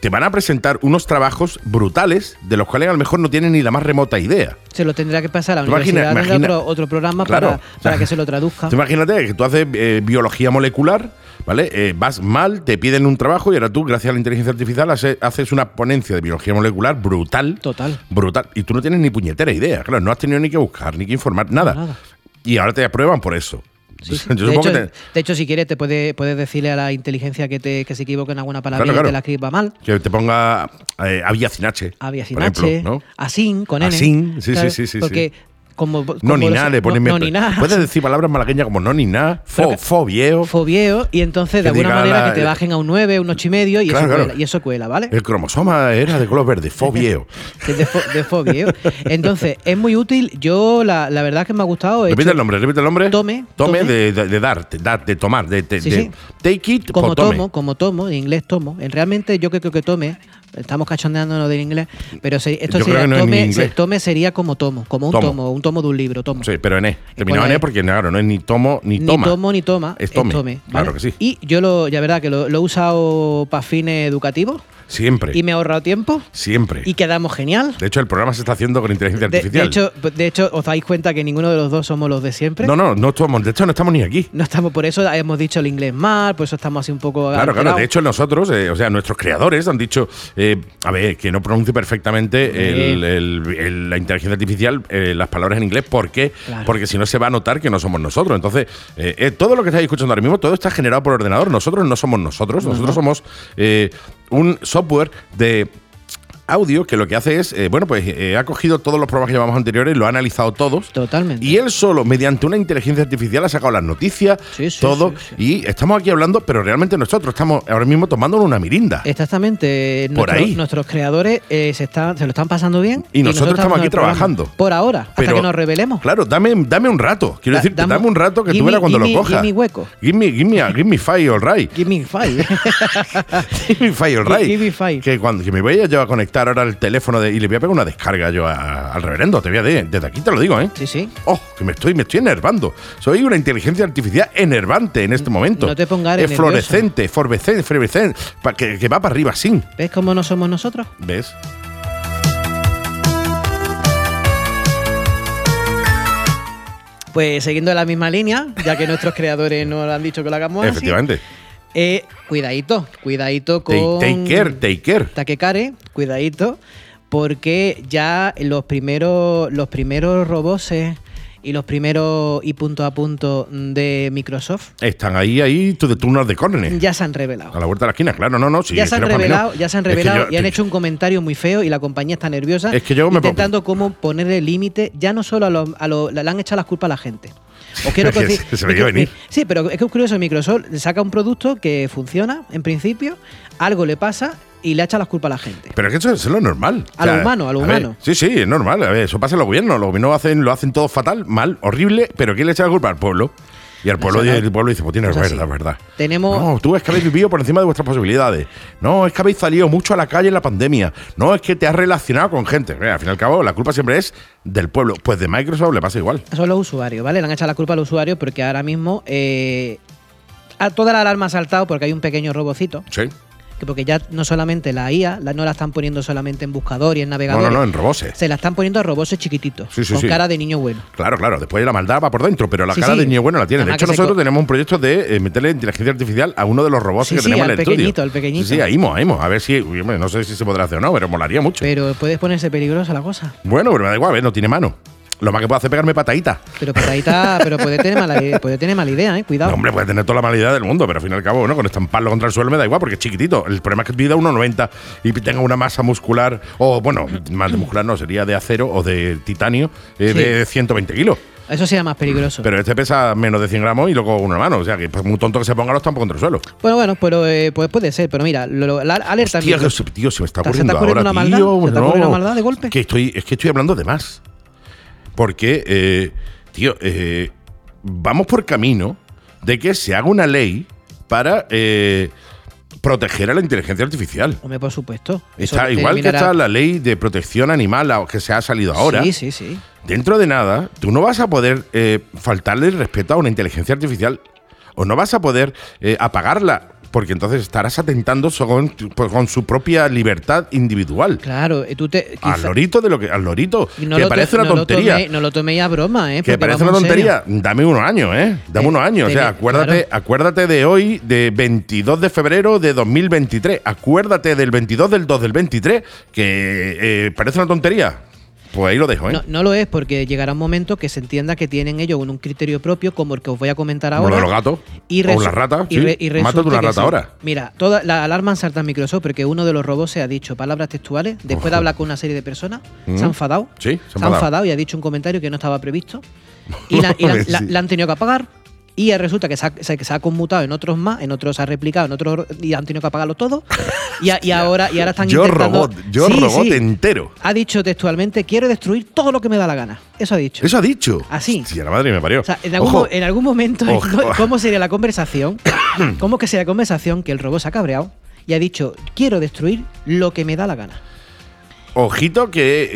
Speaker 2: te van a presentar unos trabajos brutales de los cuales a lo mejor no tienen ni la más remota idea.
Speaker 3: Se lo tendrá que pasar a la
Speaker 2: Tú imagina-
Speaker 3: universidad, tendrá
Speaker 2: imagina-
Speaker 3: otro, otro programa
Speaker 2: Claro,
Speaker 3: para,
Speaker 2: o sea,
Speaker 3: para que se lo traduzca.
Speaker 2: Tú imagínate que tú haces eh, biología molecular, ¿vale? Eh, vas mal, te piden un trabajo y ahora tú, gracias a la inteligencia artificial, hace- haces una ponencia de biología molecular brutal.
Speaker 3: Total.
Speaker 2: Brutal. Y tú no tienes ni puñetera idea, claro. No has tenido ni que buscar, ni que informar, nada.
Speaker 3: nada.
Speaker 2: Y ahora te aprueban por eso.
Speaker 3: Sí, sí.
Speaker 2: Yo
Speaker 3: de,
Speaker 2: supongo
Speaker 3: hecho,
Speaker 2: que te-
Speaker 3: de hecho, si quieres, te puede, puedes decirle a la inteligencia que, te, que se equivoque en alguna palabra y
Speaker 2: claro.
Speaker 3: te la escriba mal.
Speaker 2: que te ponga eh, Avia Cinache,
Speaker 3: Avia sin
Speaker 2: por
Speaker 3: H,
Speaker 2: ejemplo, ¿no?
Speaker 3: Asin con N.
Speaker 2: Asin, sí, sí, sí, sí,
Speaker 3: Porque como.
Speaker 2: No,
Speaker 3: como
Speaker 2: ni
Speaker 3: los-
Speaker 2: nada, le ponen...
Speaker 3: No, no, ni nada.
Speaker 2: Puedes decir palabras malagueñas como no, ni nada,
Speaker 3: Pero
Speaker 2: fo,
Speaker 3: que-
Speaker 2: fo, viejo,
Speaker 3: Fobieo, y entonces de
Speaker 2: Que
Speaker 3: alguna
Speaker 2: diga
Speaker 3: manera
Speaker 2: la-
Speaker 3: que te bajen a un 9, un 8 y medio, y,
Speaker 2: Claro,
Speaker 3: eso
Speaker 2: claro.
Speaker 3: Cuela, y eso cuela, ¿vale?
Speaker 2: El cromosoma era de color verde, fo, viejo.
Speaker 3: Que es De, fo- de fobieo. Entonces, es muy útil. Yo, la, la verdad es que me ha gustado. he
Speaker 2: Repite
Speaker 3: hecho-
Speaker 2: el nombre, repite el nombre.
Speaker 3: Tome,
Speaker 2: Tome,
Speaker 3: tome.
Speaker 2: De, de, de dar, de, dar, de tomar, de, de-
Speaker 3: Sí,
Speaker 2: de-
Speaker 3: sí.
Speaker 2: take it
Speaker 3: como
Speaker 2: por tome.
Speaker 3: tomo, como tomo, en inglés tomo. En realmente yo creo, creo que tome, estamos cachondeándonos del inglés, pero se- esto
Speaker 2: Yo creo
Speaker 3: sería
Speaker 2: que no es ni
Speaker 3: tome,
Speaker 2: inglés.
Speaker 3: se- tome sería como tomo, como un
Speaker 2: Tomo.
Speaker 3: tomo, un tomo de un libro, tomo.
Speaker 2: Sí, pero en E. Terminado
Speaker 3: Con
Speaker 2: en
Speaker 3: E.
Speaker 2: E porque claro, no es ni tomo ni
Speaker 3: Ni
Speaker 2: toma.
Speaker 3: tomo ni toma,
Speaker 2: Es tome,
Speaker 3: ¿vale?
Speaker 2: claro que sí.
Speaker 3: Y yo lo, ya verdad que lo, lo he usado para fines educativos
Speaker 2: Siempre.
Speaker 3: y me he ahorrado tiempo
Speaker 2: siempre.
Speaker 3: y quedamos genial.
Speaker 2: de hecho, el programa se está haciendo con inteligencia
Speaker 3: De, de
Speaker 2: artificial.
Speaker 3: hecho, de hecho, os dais cuenta que ninguno de los dos somos los de siempre.
Speaker 2: no, no, no estamos, de hecho, no estamos ni aquí.
Speaker 3: No estamos por eso, hemos dicho el inglés mal, por eso estamos así un poco.
Speaker 2: Claro, claro.
Speaker 3: alterados.
Speaker 2: De hecho, nosotros, eh, o sea, nuestros creadores han dicho, eh, a ver, que no pronuncie perfectamente el- el- el- la inteligencia artificial eh, las palabras en inglés. ¿Por qué?
Speaker 3: Claro.
Speaker 2: Porque si no se va a notar que no somos nosotros. Entonces, eh, eh, todo lo que estáis escuchando ahora mismo, todo está generado por ordenador. Nosotros no somos nosotros. Nosotros somos eh, un software de audio que lo que hace es, eh, bueno, pues eh, ha cogido todos los programas que llevamos anteriores, lo ha analizado todos.
Speaker 3: Totalmente.
Speaker 2: Y él solo, mediante una inteligencia artificial, ha sacado las noticias,
Speaker 3: Sí, sí,
Speaker 2: todo.
Speaker 3: sí, sí.
Speaker 2: Y estamos aquí hablando, pero realmente nosotros estamos ahora mismo tomándonos una mirinda.
Speaker 3: Exactamente.
Speaker 2: Por
Speaker 3: Nuestros-
Speaker 2: ahí.
Speaker 3: Nuestros creadores eh, se, están, se lo están pasando bien.
Speaker 2: Y nosotros estamos
Speaker 3: en
Speaker 2: aquí
Speaker 3: el programa.
Speaker 2: trabajando.
Speaker 3: Por ahora, hasta
Speaker 2: Pero,
Speaker 3: que nos revelemos.
Speaker 2: Claro, dame, dame un rato. Quiero
Speaker 3: Da-
Speaker 2: decirte,
Speaker 3: dame-
Speaker 2: dame un rato que tú
Speaker 3: gimme-
Speaker 2: verás cuando
Speaker 3: gimme-
Speaker 2: lo cojas.
Speaker 3: gimme hueco.
Speaker 2: Give me, give me, a- give me five, all right.
Speaker 3: Give me five.
Speaker 2: give me five, all right.
Speaker 3: Give me five.
Speaker 2: Que cuando que me vaya yo a conectar conectar ahora el teléfono de- y le voy a pegar una descarga yo a- al reverendo. Te voy a de- desde aquí te lo digo, ¿eh?
Speaker 3: Sí, sí.
Speaker 2: Oh, que me estoy, me estoy enervando. Soy una inteligencia artificial enervante en este momento.
Speaker 3: no te pongas nervioso.
Speaker 2: Eflorescente, efervescente, efervescente, pa- que, que va para arriba, sin.
Speaker 3: ¿Ves cómo no somos nosotros?
Speaker 2: ¿Ves?
Speaker 3: Pues siguiendo la misma línea, ya que nuestros creadores nos han dicho que lo hagamos así,
Speaker 2: Efectivamente.
Speaker 3: eh, cuidadito, cuidadito
Speaker 2: Take,
Speaker 3: con.
Speaker 2: take care, take care.
Speaker 3: Takekare, cuidadito, porque ya los primeros, los primeros roboses y los primeros y punto a punto de Microsoft
Speaker 2: Están ahí, ahí, tú de turnos de córner.
Speaker 3: ya se han
Speaker 2: A
Speaker 3: revelado.
Speaker 2: la vuelta de la esquina, claro, no, no. Sí,
Speaker 3: ya, se han
Speaker 2: creo que a mí no.
Speaker 3: revelado, ya se han
Speaker 2: Es que
Speaker 3: revelado
Speaker 2: yo-
Speaker 3: y han hecho un comentario muy feo y la compañía está nerviosa
Speaker 2: Es que yo me pongo-
Speaker 3: intentando cómo ponerle límite, ya no solo a los... A los- le han echado las culpas a la gente. Os quiero
Speaker 2: Se-
Speaker 3: conci-
Speaker 2: se veía
Speaker 3: es que- eh,
Speaker 2: venir.
Speaker 3: Sí, pero es que es curioso, Microsoft saca un producto que funciona en principio, algo le pasa y le echa las culpas a la gente.
Speaker 2: Pero es que eso es lo normal.
Speaker 3: A lo humano, a lo
Speaker 2: ver,
Speaker 3: humano.
Speaker 2: sí, sí, es normal. A ver, eso pasa en los gobiernos. Los gobiernos hacen, lo hacen todo fatal, mal, horrible, pero ¿quién le echa la culpa? Al pueblo. Y al pueblo,
Speaker 3: Exacto.
Speaker 2: el pueblo dice, pues tienes
Speaker 3: Es así.
Speaker 2: verdad, verdad.
Speaker 3: Tenemos-
Speaker 2: No, tú es que habéis vivido por encima de vuestras posibilidades. No, es que habéis salido mucho a la calle en la pandemia. No, es que te has relacionado con gente. Mira, al fin y al cabo, la culpa siempre es del pueblo. Pues de Microsoft le pasa igual.
Speaker 3: Son los usuarios, ¿vale? Le han echado la culpa a los usuarios porque ahora mismo eh, a toda la alarma ha saltado porque hay un pequeño robocito.
Speaker 2: Sí.
Speaker 3: Que porque ya no solamente la IA, la, no la están poniendo solamente en buscador y en
Speaker 2: No,
Speaker 3: navegador.
Speaker 2: no, no, en roboses.
Speaker 3: Se la están poniendo a robots chiquititos,
Speaker 2: Sí, sí,
Speaker 3: con
Speaker 2: sí.
Speaker 3: cara de niño bueno.
Speaker 2: Claro, claro, después la maldad va por dentro, pero la
Speaker 3: Sí,
Speaker 2: cara
Speaker 3: sí.
Speaker 2: de niño bueno la tiene. De
Speaker 3: Además
Speaker 2: hecho,
Speaker 3: que se
Speaker 2: nosotros
Speaker 3: co-
Speaker 2: tenemos un proyecto de eh, meterle inteligencia artificial a uno de los robots
Speaker 3: Sí,
Speaker 2: que
Speaker 3: sí,
Speaker 2: tenemos en
Speaker 3: al
Speaker 2: el estudio.
Speaker 3: pequeñito, al pequeñito.
Speaker 2: Sí, sí, a Imo, a Imo. A ver si, uy, hombre, no sé si se podrá hacer o no, pero molaría mucho.
Speaker 3: Pero puedes ponerse peligrosa la cosa.
Speaker 2: bueno, pero me da igual, a ver, no tiene mano. Lo más que puede hacer es pegarme patadita.
Speaker 3: Pero patadita, pero puede tener mala, puede tener mala idea, ¿eh? Cuidado.
Speaker 2: No, hombre, puede tener toda la malidad del mundo, pero al fin y al cabo, ¿no? Con estamparlo contra el suelo me da igual porque es chiquitito. El problema es que pida 1,90 y tenga una masa muscular, o bueno, más de muscular no, sería de acero o de titanio, eh,
Speaker 3: Sí.
Speaker 2: de 120 kilos.
Speaker 3: Eso sea más peligroso.
Speaker 2: Pero este pesa menos de 100 gramos y luego una mano. O sea, que pues, muy tonto que se ponga los tampos contra el suelo.
Speaker 3: Bueno, bueno, pero eh, pues puede ser. Pero mira, lo- lo- la alerta...
Speaker 2: Hostia,
Speaker 3: micro-
Speaker 2: que se- tío, se me está
Speaker 3: ¿Te- Ah, se
Speaker 2: ocurriendo
Speaker 3: te ocurre
Speaker 2: ahora,
Speaker 3: una maldad?
Speaker 2: tío,
Speaker 3: ¿Se te
Speaker 2: no.
Speaker 3: ocurre una maldad de golpe?
Speaker 2: Que estoy, es que estoy hablando de más. Porque, eh, tío, eh, vamos por camino de que se haga una ley para eh, proteger a la inteligencia artificial.
Speaker 3: Hombre, por supuesto. Eso
Speaker 2: Está, igual que
Speaker 3: terminará-
Speaker 2: está la ley de protección animal la- que se ha salido ahora.
Speaker 3: Sí, sí, sí.
Speaker 2: Dentro de nada, tú no vas a poder eh, faltarle el respeto a una inteligencia artificial o no vas a poder eh, apagarla, porque entonces estarás atentando so- con, tu- pues, con su propia libertad individual.
Speaker 3: Claro, eh, tú te...
Speaker 2: Al
Speaker 3: quizá-
Speaker 2: lorito de lo que. Al lorito,
Speaker 3: Y no
Speaker 2: que
Speaker 3: lo to-
Speaker 2: parece una
Speaker 3: no lo
Speaker 2: tontería.
Speaker 3: tomé- no lo toméis a broma, ¿eh?
Speaker 2: que
Speaker 3: porque
Speaker 2: parece una
Speaker 3: vamos en serio.
Speaker 2: tontería. Dame unos años, ¿eh? Dame
Speaker 3: Te-
Speaker 2: unos años. O sea,
Speaker 3: te-
Speaker 2: acuérdate,
Speaker 3: claro.
Speaker 2: acuérdate de hoy, de 22 de febrero de 2023. Acuérdate del 22 del 2 del 23, que eh, parece una tontería. Pues ahí lo dejo, ¿eh?
Speaker 3: No, no lo es, porque llegará un momento que se entienda que tienen ellos un, un criterio propio, como el que os voy a comentar
Speaker 2: Como
Speaker 3: ahora.
Speaker 2: lo de los gatos.
Speaker 3: Y
Speaker 2: o
Speaker 3: resu-
Speaker 2: las ratas.
Speaker 3: y
Speaker 2: sí.
Speaker 3: re- y resulta
Speaker 2: Mátate una
Speaker 3: que
Speaker 2: rata
Speaker 3: sí.
Speaker 2: ahora.
Speaker 3: Mira, toda la alarma han saltado en Microsoft porque uno de los robots se ha dicho palabras textuales, después de
Speaker 2: Ojo.
Speaker 3: hablar con una serie de personas,
Speaker 2: Mm.
Speaker 3: se han enfadado.
Speaker 2: Sí, se han
Speaker 3: se han
Speaker 2: enfadado.
Speaker 3: enfadado y ha dicho un comentario que no estaba previsto. Y la, y la- la-
Speaker 2: Sí.
Speaker 3: la han tenido que apagar. Y resulta que se ha, se- que se ha conmutado en otros más, en otros se ha replicado, en otros y han tenido que apagarlo todo. y, a- y ahora, y ahora están
Speaker 2: Yo
Speaker 3: intentando-
Speaker 2: robot, yo
Speaker 3: Sí,
Speaker 2: robot
Speaker 3: sí.
Speaker 2: entero.
Speaker 3: Ha dicho textualmente, quiero destruir todo lo que me da la gana. Eso ha dicho.
Speaker 2: Eso ha dicho.
Speaker 3: Así.
Speaker 2: Hostia, la madre que me parió.
Speaker 3: O sea, en algún,
Speaker 2: Ojo,
Speaker 3: mo- en algún momento,
Speaker 2: Ojo.
Speaker 3: ¿cómo sería la conversación? ¿Cómo que sería la conversación que el robot se ha cabreado y ha dicho, quiero destruir lo que me da la gana?
Speaker 2: Ojito que.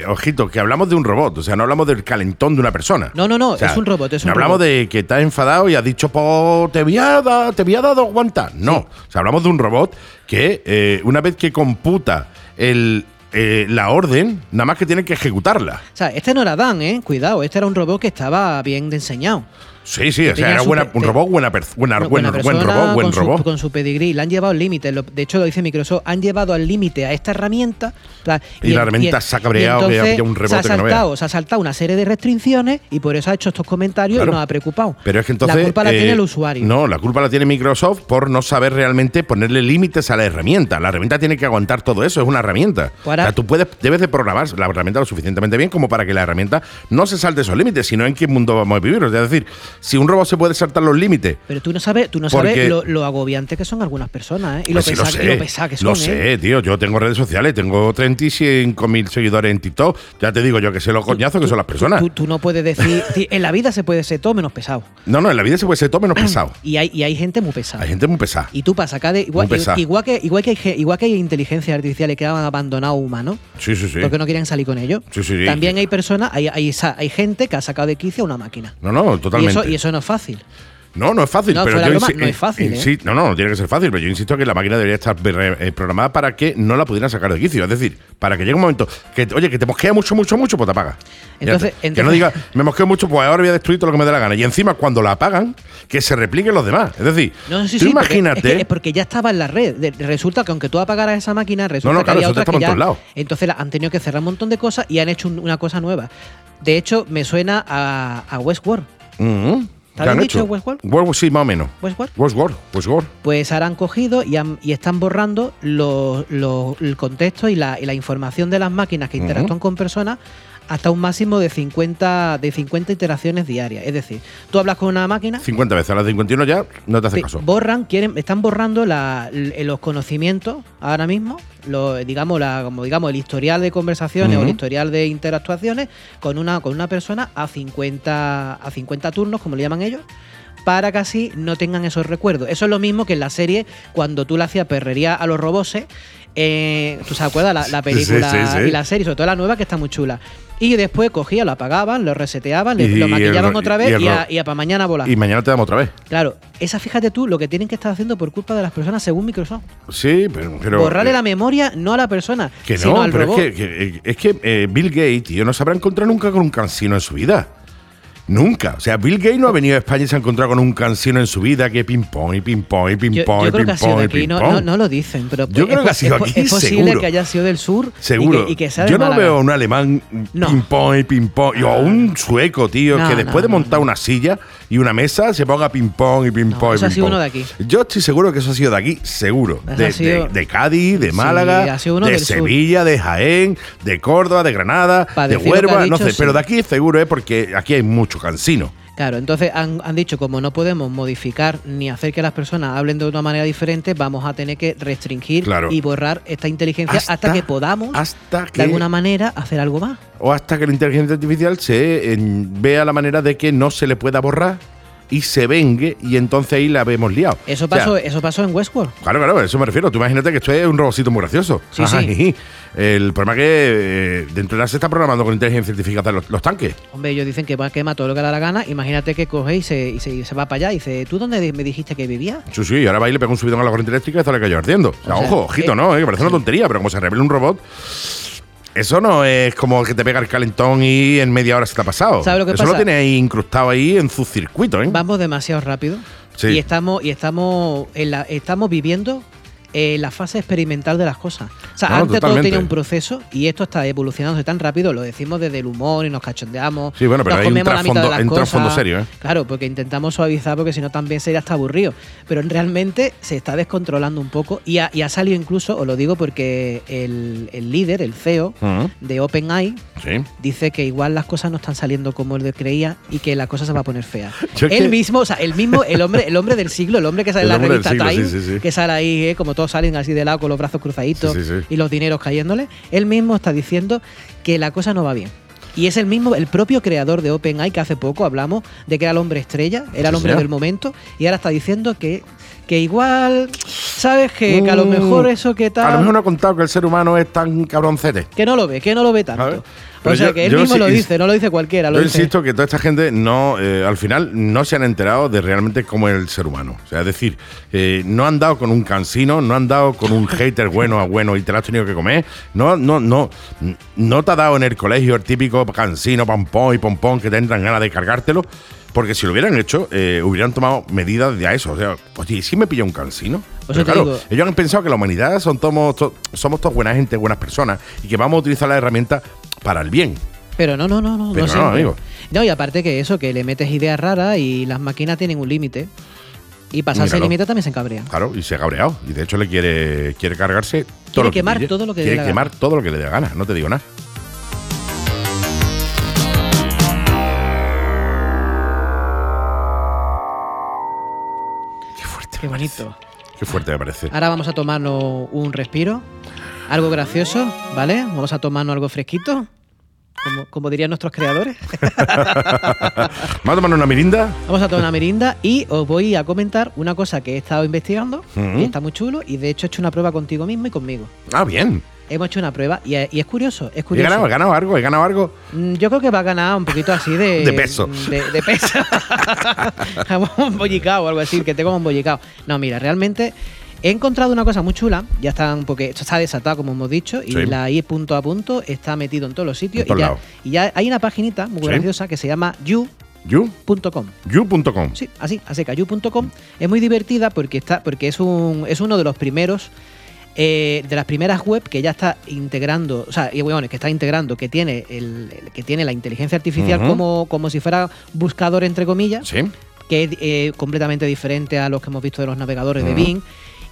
Speaker 2: eh, ojito, que hablamos de un robot. O sea, no hablamos del calentón de una persona.
Speaker 3: No, no, no,
Speaker 2: O sea,
Speaker 3: es un robot, es
Speaker 2: no
Speaker 3: un
Speaker 2: hablamos
Speaker 3: robot.
Speaker 2: de que estás enfadado y has dicho, po, te había, da- te había dado aguanta. No. O sea, hablamos de un robot que eh, una vez que computa el, eh, la orden, nada más que tiene que ejecutarla.
Speaker 3: O sea, este no era Dan, ¿eh? Cuidado, este era un robot que estaba bien de enseñado.
Speaker 2: Sí, sí, o sea,
Speaker 3: tenía
Speaker 2: era
Speaker 3: su
Speaker 2: buena,
Speaker 3: pe-
Speaker 2: un
Speaker 3: te-
Speaker 2: robot buena, pers- buena,
Speaker 3: Una
Speaker 2: buen,
Speaker 3: buena
Speaker 2: buen
Speaker 3: persona,
Speaker 2: robot, buen
Speaker 3: con su-
Speaker 2: robot.
Speaker 3: con su pedigrí, le han llevado al límite. lo- De hecho, lo dice Microsoft, han llevado al límite a esta herramienta. pla-
Speaker 2: Y la herramienta se ha cabreado, que
Speaker 3: entonces
Speaker 2: había un
Speaker 3: se ha,
Speaker 2: rebote que no veas.
Speaker 3: saltado, se ha saltado una serie de restricciones y por eso ha hecho estos comentarios
Speaker 2: Claro.
Speaker 3: y nos ha preocupado.
Speaker 2: Pero es que entonces.
Speaker 3: La culpa la
Speaker 2: eh,
Speaker 3: tiene el usuario.
Speaker 2: No, la culpa la tiene Microsoft por no saber realmente ponerle límites a la herramienta. La herramienta tiene que aguantar todo eso, es una herramienta.
Speaker 3: Para-
Speaker 2: O sea, tú puedes, debes de programar la herramienta lo suficientemente bien como para que la herramienta no se salte esos límites, sino en qué mundo vamos a vivir. Es decir, si un robot se puede saltar los límites.
Speaker 3: Pero tú no sabes, tú no
Speaker 2: Porque-
Speaker 3: sabes lo, lo agobiante que son algunas personas, ¿eh? Y lo,
Speaker 2: Pues sí,
Speaker 3: pesa- y lo pesada que son,
Speaker 2: lo
Speaker 3: ¿eh?
Speaker 2: sé, tío. Yo tengo redes sociales, tengo 35.000 seguidores en TikTok. Ya te digo yo que sé los coñazos que son las personas.
Speaker 3: Tú, tú no puedes decir. ti- En la vida se puede ser todo menos pesado.
Speaker 2: No, no, en la vida se puede ser todo menos pesado.
Speaker 3: Y hay, y hay gente muy pesada.
Speaker 2: Hay gente muy pesada.
Speaker 3: Y tú pasas acá de. Igual,
Speaker 2: Muy pesada.
Speaker 3: igual que, igual, que hay, ge- igual que hay inteligencias artificiales que han abandonado humanos
Speaker 2: Sí, sí, sí.
Speaker 3: porque no quieren salir con ellos.
Speaker 2: Sí, sí, sí.
Speaker 3: También hay personas, hay, hay, sa- hay gente que ha sacado de quicio a una máquina.
Speaker 2: No, no,
Speaker 3: Y
Speaker 2: totalmente.
Speaker 3: eso, y eso no es fácil.
Speaker 2: No, no es fácil.
Speaker 3: No,
Speaker 2: pero
Speaker 3: fuera
Speaker 2: yo
Speaker 3: broma,
Speaker 2: insi-
Speaker 3: no es fácil, ¿eh?
Speaker 2: insi- No, no, no tiene que ser fácil, pero yo insisto que la máquina debería estar re- eh, programada para que no la pudieran sacar de quicio. Es decir, para que llegue un momento que, oye, que te mosquea mucho, mucho, mucho, pues te apaga. Ya
Speaker 3: Entonces-
Speaker 2: está. que
Speaker 3: entonces-
Speaker 2: no diga, me mosqueo mucho, pues ahora voy a destruir todo lo que me dé la gana. Y encima, cuando la apagan, que se repliquen los demás. Es decir,
Speaker 3: No, sí,
Speaker 2: tú
Speaker 3: sí, porque-
Speaker 2: imagínate.
Speaker 3: es, que- es porque ya estaba en la red. De- Resulta que aunque tú apagaras esa máquina, resulta
Speaker 2: No, no, claro,
Speaker 3: que había
Speaker 2: eso
Speaker 3: otras
Speaker 2: estaba
Speaker 3: que
Speaker 2: en
Speaker 3: ya.
Speaker 2: todos lados.
Speaker 3: Entonces la- han tenido que cerrar un montón de cosas y han hecho un- una cosa nueva. De hecho, me suena a, a Westworld.
Speaker 2: Mm,
Speaker 3: ¿Te
Speaker 2: ¿qué
Speaker 3: habían
Speaker 2: han
Speaker 3: dicho
Speaker 2: hecho?
Speaker 3: Westworld?
Speaker 2: Westworld, sí, más o menos.
Speaker 3: Westworld.
Speaker 2: Westworld, Westworld.
Speaker 3: Pues ahora han cogido y, han- y están borrando los- los- el contexto y la, y la información de las máquinas que interactúan con personas hasta un máximo de 50, de 50 iteraciones diarias. Es decir, tú hablas con una máquina,
Speaker 2: 50 veces, a las 51 ya no te hace
Speaker 3: Pe-
Speaker 2: caso.
Speaker 3: borran, quieren, están borrando la- l- los conocimientos ahora mismo, lo- digamos, la, como digamos, el historial de conversaciones o el
Speaker 2: Ujú.
Speaker 3: historial de interactuaciones con una, con una persona a 50, a 50 turnos, como le llaman ellos, para que así no tengan esos recuerdos. Eso es lo mismo que en la serie cuando tú le hacías perrería a los roboses. eh, ¿Tú se acuerdas? La, la
Speaker 2: Sí, sí,
Speaker 3: película
Speaker 2: sí.
Speaker 3: y la serie, sobre todo la nueva, que está muy chula. Y después cogía, lo apagaban, lo reseteaban, le-
Speaker 2: Y
Speaker 3: lo
Speaker 2: el
Speaker 3: maquillaban
Speaker 2: ro-
Speaker 3: otra
Speaker 2: y
Speaker 3: vez
Speaker 2: el
Speaker 3: y, a-
Speaker 2: ro-
Speaker 3: y para mañana volar.
Speaker 2: Y mañana te damos otra vez.
Speaker 3: Claro, esa fíjate tú lo que tienen que estar haciendo por culpa de las personas según Microsoft.
Speaker 2: Sí, pero. pero-
Speaker 3: Borrarle
Speaker 2: eh,
Speaker 3: la memoria no a la persona,
Speaker 2: Que
Speaker 3: sino
Speaker 2: no,
Speaker 3: al
Speaker 2: pero
Speaker 3: robot.
Speaker 2: es que, que- es que eh, Bill Gates, tío, no se habrá encontrado nunca con un cansino en su vida. Nunca. O sea, Bill Gates no ha venido a España y se ha encontrado con un cansino en su vida que ping-pong y ping-pong y
Speaker 3: Yo,
Speaker 2: ping-pong
Speaker 3: yo
Speaker 2: y
Speaker 3: creo que ha sido
Speaker 2: ping-pong
Speaker 3: de
Speaker 2: y
Speaker 3: aquí, no,
Speaker 2: ping-pong.
Speaker 3: no, no lo dicen, pero
Speaker 2: Yo
Speaker 3: es
Speaker 2: creo que
Speaker 3: po-
Speaker 2: ha sido
Speaker 3: es po-
Speaker 2: aquí,
Speaker 3: es posible
Speaker 2: seguro.
Speaker 3: que haya sido del sur y que-
Speaker 2: Seguro.
Speaker 3: y que, sea de
Speaker 2: Yo no
Speaker 3: Málaga.
Speaker 2: veo a un alemán
Speaker 3: No.
Speaker 2: ping-pong y ping-pong. y- O un sueco, tío,
Speaker 3: No,
Speaker 2: que
Speaker 3: no,
Speaker 2: después de
Speaker 3: no,
Speaker 2: montar
Speaker 3: no.
Speaker 2: una silla y una mesa se ponga ping-pong y ping-pong
Speaker 3: No,
Speaker 2: y
Speaker 3: eso ha sido
Speaker 2: ping-pong.
Speaker 3: uno de aquí.
Speaker 2: Yo estoy seguro que eso ha sido de aquí, seguro.
Speaker 3: Eso
Speaker 2: De,
Speaker 3: ha sido-
Speaker 2: de- de Cádiz, de Málaga,
Speaker 3: ha sido uno
Speaker 2: de
Speaker 3: del sur.
Speaker 2: Sevilla, de Jaén, de Córdoba, de Granada,
Speaker 3: Pa'
Speaker 2: de
Speaker 3: decir lo que ha
Speaker 2: Huerva. no
Speaker 3: dicho,
Speaker 2: sé,
Speaker 3: sí.
Speaker 2: pero de aquí seguro es porque aquí hay mucho cansino.
Speaker 3: Claro, entonces han, han dicho, como no podemos modificar ni hacer que las personas hablen de una manera diferente, vamos a tener que restringir
Speaker 2: Claro.
Speaker 3: y borrar esta inteligencia hasta, que podamos,
Speaker 2: Hasta que,
Speaker 3: de alguna manera, hacer algo más.
Speaker 2: o hasta que la inteligencia artificial se eh, vea la manera de que no se le pueda borrar y se vengue y entonces ahí la vemos liado.
Speaker 3: Eso
Speaker 2: O sea,
Speaker 3: pasó, eh. eso pasó en Westworld.
Speaker 2: Claro, claro, a eso me refiero. Tú imagínate que esto es un robocito muy gracioso.
Speaker 3: Sí,
Speaker 2: Ajá,
Speaker 3: sí.
Speaker 2: jiji. El problema es que eh, dentro de la se está programando con inteligencia artificial los, los tanques.
Speaker 3: Hombre, ellos dicen que va a quemar todo lo que le da la gana. Imagínate que coge y se, y se, y se va para allá y dice, ¿tú dónde di- me dijiste que vivía?
Speaker 2: Sí, sí, y ahora va y le pega un subidón a la corriente eléctrica y está le cayó ardiendo. O sea,
Speaker 3: O sea,
Speaker 2: ojo, ojito,
Speaker 3: eh,
Speaker 2: ¿no? Eh, que parece una tontería, pero como se revela un robot, eso no es como que te pega el calentón y en media hora se te ha pasado.
Speaker 3: ¿Sabes lo que
Speaker 2: eso
Speaker 3: pasa?
Speaker 2: lo tiene ahí incrustado ahí en su circuito, ¿eh?
Speaker 3: Vamos demasiado rápido.
Speaker 2: Sí.
Speaker 3: Y estamos, y estamos, en la, estamos viviendo eh, la fase experimental de las cosas. O sea,
Speaker 2: No,
Speaker 3: antes todo
Speaker 2: totalmente.
Speaker 3: tenía un proceso y esto está evolucionándose tan rápido, lo decimos desde el humor y nos cachondeamos.
Speaker 2: Sí, bueno, pero
Speaker 3: nos
Speaker 2: hay un
Speaker 3: comemos la mitad
Speaker 2: trasfondo-
Speaker 3: de las
Speaker 2: hay un trasfondo
Speaker 3: cosas.
Speaker 2: serio, ¿eh?
Speaker 3: Claro, porque intentamos suavizar porque si no también sería hasta aburrido. Pero realmente se está descontrolando un poco y ha, y ha salido incluso, os lo digo porque el, el líder, el E CEO
Speaker 2: Ujú,
Speaker 3: de OpenAI,
Speaker 2: Mm, Sí.
Speaker 3: dice que igual las cosas no están saliendo como él creía y que la cosa se va a poner fea.
Speaker 2: Yo
Speaker 3: él
Speaker 2: que-
Speaker 3: mismo, o sea, el mismo, el hombre, el hombre del siglo, el hombre que sale en
Speaker 2: El
Speaker 3: la
Speaker 2: hombre del
Speaker 3: revista
Speaker 2: siglo,
Speaker 3: Time,
Speaker 2: sí, sí, sí.
Speaker 3: que sale ahí, eh, como todos salen así de lado con los brazos cruzaditos
Speaker 2: Sí, sí, sí.
Speaker 3: y los dineros cayéndole, él mismo está diciendo que la cosa no va bien. Y es el mismo, el propio creador de OpenAI que hace poco hablamos de que era el hombre estrella, era el
Speaker 2: Sí,
Speaker 3: hombre
Speaker 2: señor.
Speaker 3: del momento, y ahora está diciendo que, que igual, sabes que, que a lo
Speaker 2: Mm,
Speaker 3: mejor eso que tal.
Speaker 2: A lo mejor no ha contado que el ser humano es tan cabroncete.
Speaker 3: Que no lo ve, que no lo ve
Speaker 2: A ver,
Speaker 3: tanto. O
Speaker 2: pero
Speaker 3: sea,
Speaker 2: yo-
Speaker 3: que él
Speaker 2: yo
Speaker 3: mismo
Speaker 2: sí-
Speaker 3: lo dice, no lo dice cualquiera. Lo
Speaker 2: Yo
Speaker 3: dice.
Speaker 2: insisto que toda esta gente no, eh, al final, no se han enterado de realmente cómo es el ser humano. O sea, es decir, eh, no han dado con un cansino, no han dado con un hater bueno a bueno y te lo has tenido que comer. No, no, no. No te ha dado en el colegio el típico cansino, pompón y pompón que te entran ganas de cargártelo. Porque si lo hubieran hecho, eh, hubieran tomado medidas de a eso. O sea, oye, ¿y si me pilla un cansino?
Speaker 3: Por
Speaker 2: Pero
Speaker 3: eso te
Speaker 2: claro,
Speaker 3: digo-
Speaker 2: ellos han pensado que la humanidad son tomos- to- somos todos buena gente, buenas personas y que vamos a utilizar la herramienta para el bien.
Speaker 3: Pero no, no, no, no.
Speaker 2: Pero no,
Speaker 3: siempre.
Speaker 2: amigo.
Speaker 3: No, y aparte que eso, que le metes ideas raras y las máquinas tienen un límite. Y pasarse el
Speaker 2: Míralo.
Speaker 3: límite también se cabrean.
Speaker 2: Claro, y se ha cabreado. Y de hecho le quiere, quiere cargarse todo
Speaker 3: Quiere
Speaker 2: lo que
Speaker 3: quemar
Speaker 2: pille.
Speaker 3: todo lo que le dé
Speaker 2: Quiere
Speaker 3: la
Speaker 2: quemar todo lo que le dé la gana, no te digo nada.
Speaker 3: Qué bonito.
Speaker 2: Qué fuerte me parece.
Speaker 3: Ahora vamos a tomarnos un respiro, algo gracioso, ¿vale? Vamos a tomarnos algo fresquito, como, como dirían nuestros creadores.
Speaker 2: ¿Vamos a tomar una mirinda?
Speaker 3: Vamos a tomar una merienda y os voy a comentar una cosa que he estado investigando,
Speaker 2: Ujú.
Speaker 3: y está muy chulo, y de hecho he hecho una prueba contigo mismo y conmigo.
Speaker 2: Ah, bien.
Speaker 3: Hemos hecho una prueba y, y es curioso, es
Speaker 2: He
Speaker 3: curioso.
Speaker 2: ganado, he ganado algo, he ganado algo.
Speaker 3: Mm, Yo creo que va a ganar un poquito así de.
Speaker 2: De peso.
Speaker 3: De, de peso. Jamón bollicao o algo así, que tengo un bollicao. No, mira, realmente he encontrado una cosa muy chula. Ya están, porque esto está desatado, como hemos dicho, y
Speaker 2: Sí.
Speaker 3: la I punto a punto está metido en todos los sitios.
Speaker 2: En todos
Speaker 3: y, ya,
Speaker 2: lados.
Speaker 3: y ya hay una paginita muy
Speaker 2: Sí.
Speaker 3: graciosa que se llama you.com.
Speaker 2: You, you.com.
Speaker 3: Sí, así, a secayu.com. Es muy divertida porque está, porque es un, es uno de los primeros. eh, de las primeras web que ya está integrando, o sea, y bueno, que está integrando, que tiene el, el- que tiene la inteligencia artificial
Speaker 2: Ujú.
Speaker 3: como, como si fuera buscador entre comillas,
Speaker 2: Sí.
Speaker 3: que es eh, completamente diferente a los que hemos visto de los navegadores de
Speaker 2: Ujú.
Speaker 3: Bing,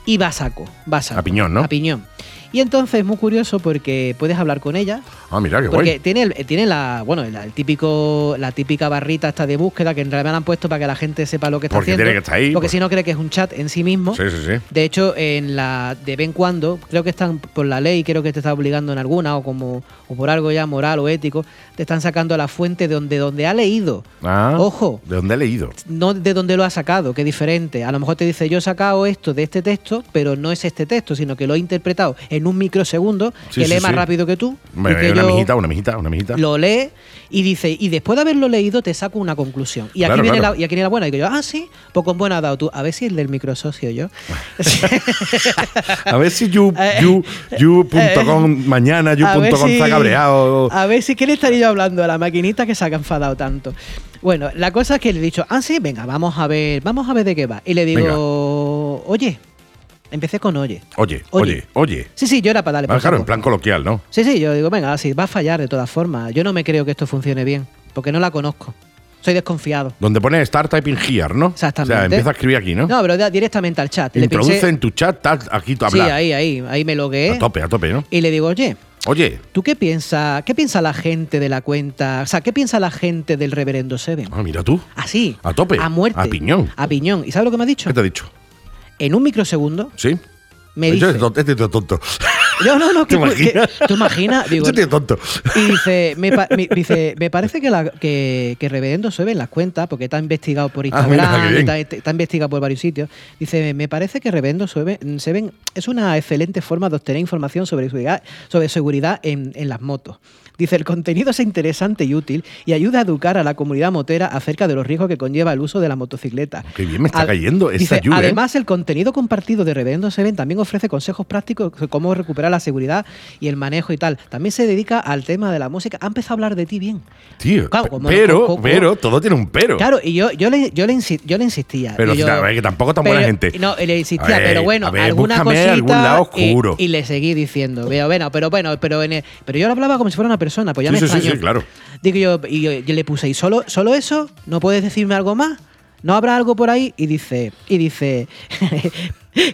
Speaker 3: y va a saco, va a saco.
Speaker 2: A piñón, ¿no?
Speaker 3: A piñón. Y entonces es muy curioso porque puedes hablar con ella,
Speaker 2: Ah, mira, qué
Speaker 3: porque
Speaker 2: guay.
Speaker 3: tiene, el- eh, tiene la, bueno, el, el típico, la típica barrita esta de búsqueda que en realidad la han puesto para que la gente sepa lo que está
Speaker 2: Porque
Speaker 3: haciendo.
Speaker 2: tiene que estar ahí,
Speaker 3: Porque
Speaker 2: pues.
Speaker 3: si no cree que es un chat en sí mismo.
Speaker 2: Sí, sí, sí.
Speaker 3: De hecho, en la de vez en cuando, creo que están por la ley, creo que te está obligando en alguna, o como, o por algo ya moral o ético, te están sacando la fuente de donde, donde ha leído.
Speaker 2: Ah,
Speaker 3: Ojo,
Speaker 2: ¿De dónde he leído?
Speaker 3: no de dónde lo ha sacado, que es diferente. A lo mejor te dice, yo he sacado esto de este texto, pero no es este texto, sino que lo he interpretado en un microsegundo,
Speaker 2: Sí,
Speaker 3: que
Speaker 2: sí,
Speaker 3: lee más
Speaker 2: sí.
Speaker 3: rápido que tú. y
Speaker 2: Bueno,
Speaker 3: que
Speaker 2: una
Speaker 3: yo-
Speaker 2: mijita, una mijita, una mijita.
Speaker 3: lo lee y dice, y después de haberlo leído te saco una conclusión. Y aquí,
Speaker 2: Claro,
Speaker 3: viene,
Speaker 2: claro.
Speaker 3: La, y aquí viene la buena. Y digo yo, ah, sí, pues con buena ha dado tú. A ver si el del microsocio yo.
Speaker 2: A ver si you,
Speaker 3: Eh,
Speaker 2: you, you.com mañana,
Speaker 3: A ver
Speaker 2: you.com está
Speaker 3: si-
Speaker 2: cabreado.
Speaker 3: A ver si, ¿qué le estaría yo hablando a la maquinita que se ha enfadado tanto? Bueno, la cosa es que le he dicho, ah, sí, venga, vamos a ver, vamos a ver de qué va. Y le digo,
Speaker 2: Venga.
Speaker 3: oye, empecé con oye.
Speaker 2: Oye, oye,
Speaker 3: Oye.
Speaker 2: oye.
Speaker 3: Sí, sí, yo era para darle
Speaker 2: Ah,
Speaker 3: por
Speaker 2: claro,
Speaker 3: saco.
Speaker 2: en plan coloquial, ¿no?
Speaker 3: Sí, sí, yo digo, venga, así va a fallar de todas formas. Yo no me creo que esto funcione bien, porque no la conozco. Soy desconfiado.
Speaker 2: Donde pone start typing here, ¿no?
Speaker 3: Exactamente.
Speaker 2: O sea, empieza a escribir aquí, ¿no?
Speaker 3: No, pero da- directamente al chat. Le
Speaker 2: Introduce
Speaker 3: pinché-
Speaker 2: en tu chat, tal, aquí tú
Speaker 3: Sí,
Speaker 2: hablas.
Speaker 3: ahí, ¿eh? ahí, ahí me logué.
Speaker 2: a tope, a tope, ¿no?
Speaker 3: Y le digo, oye,
Speaker 2: Oye.
Speaker 3: ¿tú qué piensa, qué piensa la gente de la cuenta? O sea, ¿qué piensa la gente del reverendo Seven?
Speaker 2: Ah, mira tú.
Speaker 3: Así.
Speaker 2: A tope,
Speaker 3: A muerte.
Speaker 2: a piñón.
Speaker 3: A piñón. ¿Y sabes lo que me ha dicho?
Speaker 2: ¿Qué te ha dicho?
Speaker 3: En un microsegundo
Speaker 2: ¿Sí?
Speaker 3: me
Speaker 2: Yo
Speaker 3: dice.
Speaker 2: estoy tonto. Este tío es tonto.
Speaker 3: No, no, no.
Speaker 2: ¿Te
Speaker 3: que- que-
Speaker 2: imaginas?
Speaker 3: ¿Tú imaginas? Digo,
Speaker 2: Este tío es tonto.
Speaker 3: y dice me, pa- me- dice, me parece que, la, que, que Reverendo Seven las cuentas, porque está investigado por
Speaker 2: Ah, mira,
Speaker 3: Instagram,
Speaker 2: qué bien.
Speaker 3: está, está investigado por varios sitios. Dice, me parece que Reverendo Seven, Seven es una excelente forma de obtener información sobre seguridad, sobre seguridad en, en las motos. Dice, el contenido es interesante y útil y ayuda a educar a la comunidad motera acerca de los riesgos que conlleva el uso de la motocicleta.
Speaker 2: Qué bien me está
Speaker 3: Al-
Speaker 2: cayendo esa
Speaker 3: dice,
Speaker 2: lluvia, ¿eh?
Speaker 3: Además, el contenido compartido de Reverendo Seven también ofrece consejos prácticos sobre cómo recuperar la seguridad y el manejo y tal. También se dedica al tema de la música. Ha empezado a hablar de ti bien.
Speaker 2: Tío.
Speaker 3: Claro, como-
Speaker 2: pero,
Speaker 3: como-
Speaker 2: pero, todo tiene un pero.
Speaker 3: Claro, y yo, yo, le, yo, le, insi- yo le insistía.
Speaker 2: Pero
Speaker 3: y yo-
Speaker 2: si- a ver, que tampoco tan buena
Speaker 3: pero-
Speaker 2: gente.
Speaker 3: No, le insistía,
Speaker 2: A ver,
Speaker 3: pero bueno,
Speaker 2: a ver,
Speaker 3: alguna
Speaker 2: búscame
Speaker 3: cosita.
Speaker 2: algún lado
Speaker 3: y-
Speaker 2: oscuro.
Speaker 3: Y, le seguí diciendo, veo, bueno, pero bueno, pero, en el- pero yo lo hablaba como si fuera una persona, pues ya
Speaker 2: Sí,
Speaker 3: me
Speaker 2: sí, sí,
Speaker 3: extrañó.
Speaker 2: sí, claro.
Speaker 3: Digo yo, y yo, yo le puse, ¿y solo, solo eso? ¿No puedes decirme algo más? ¿No habrá algo por ahí? Y dice, y dice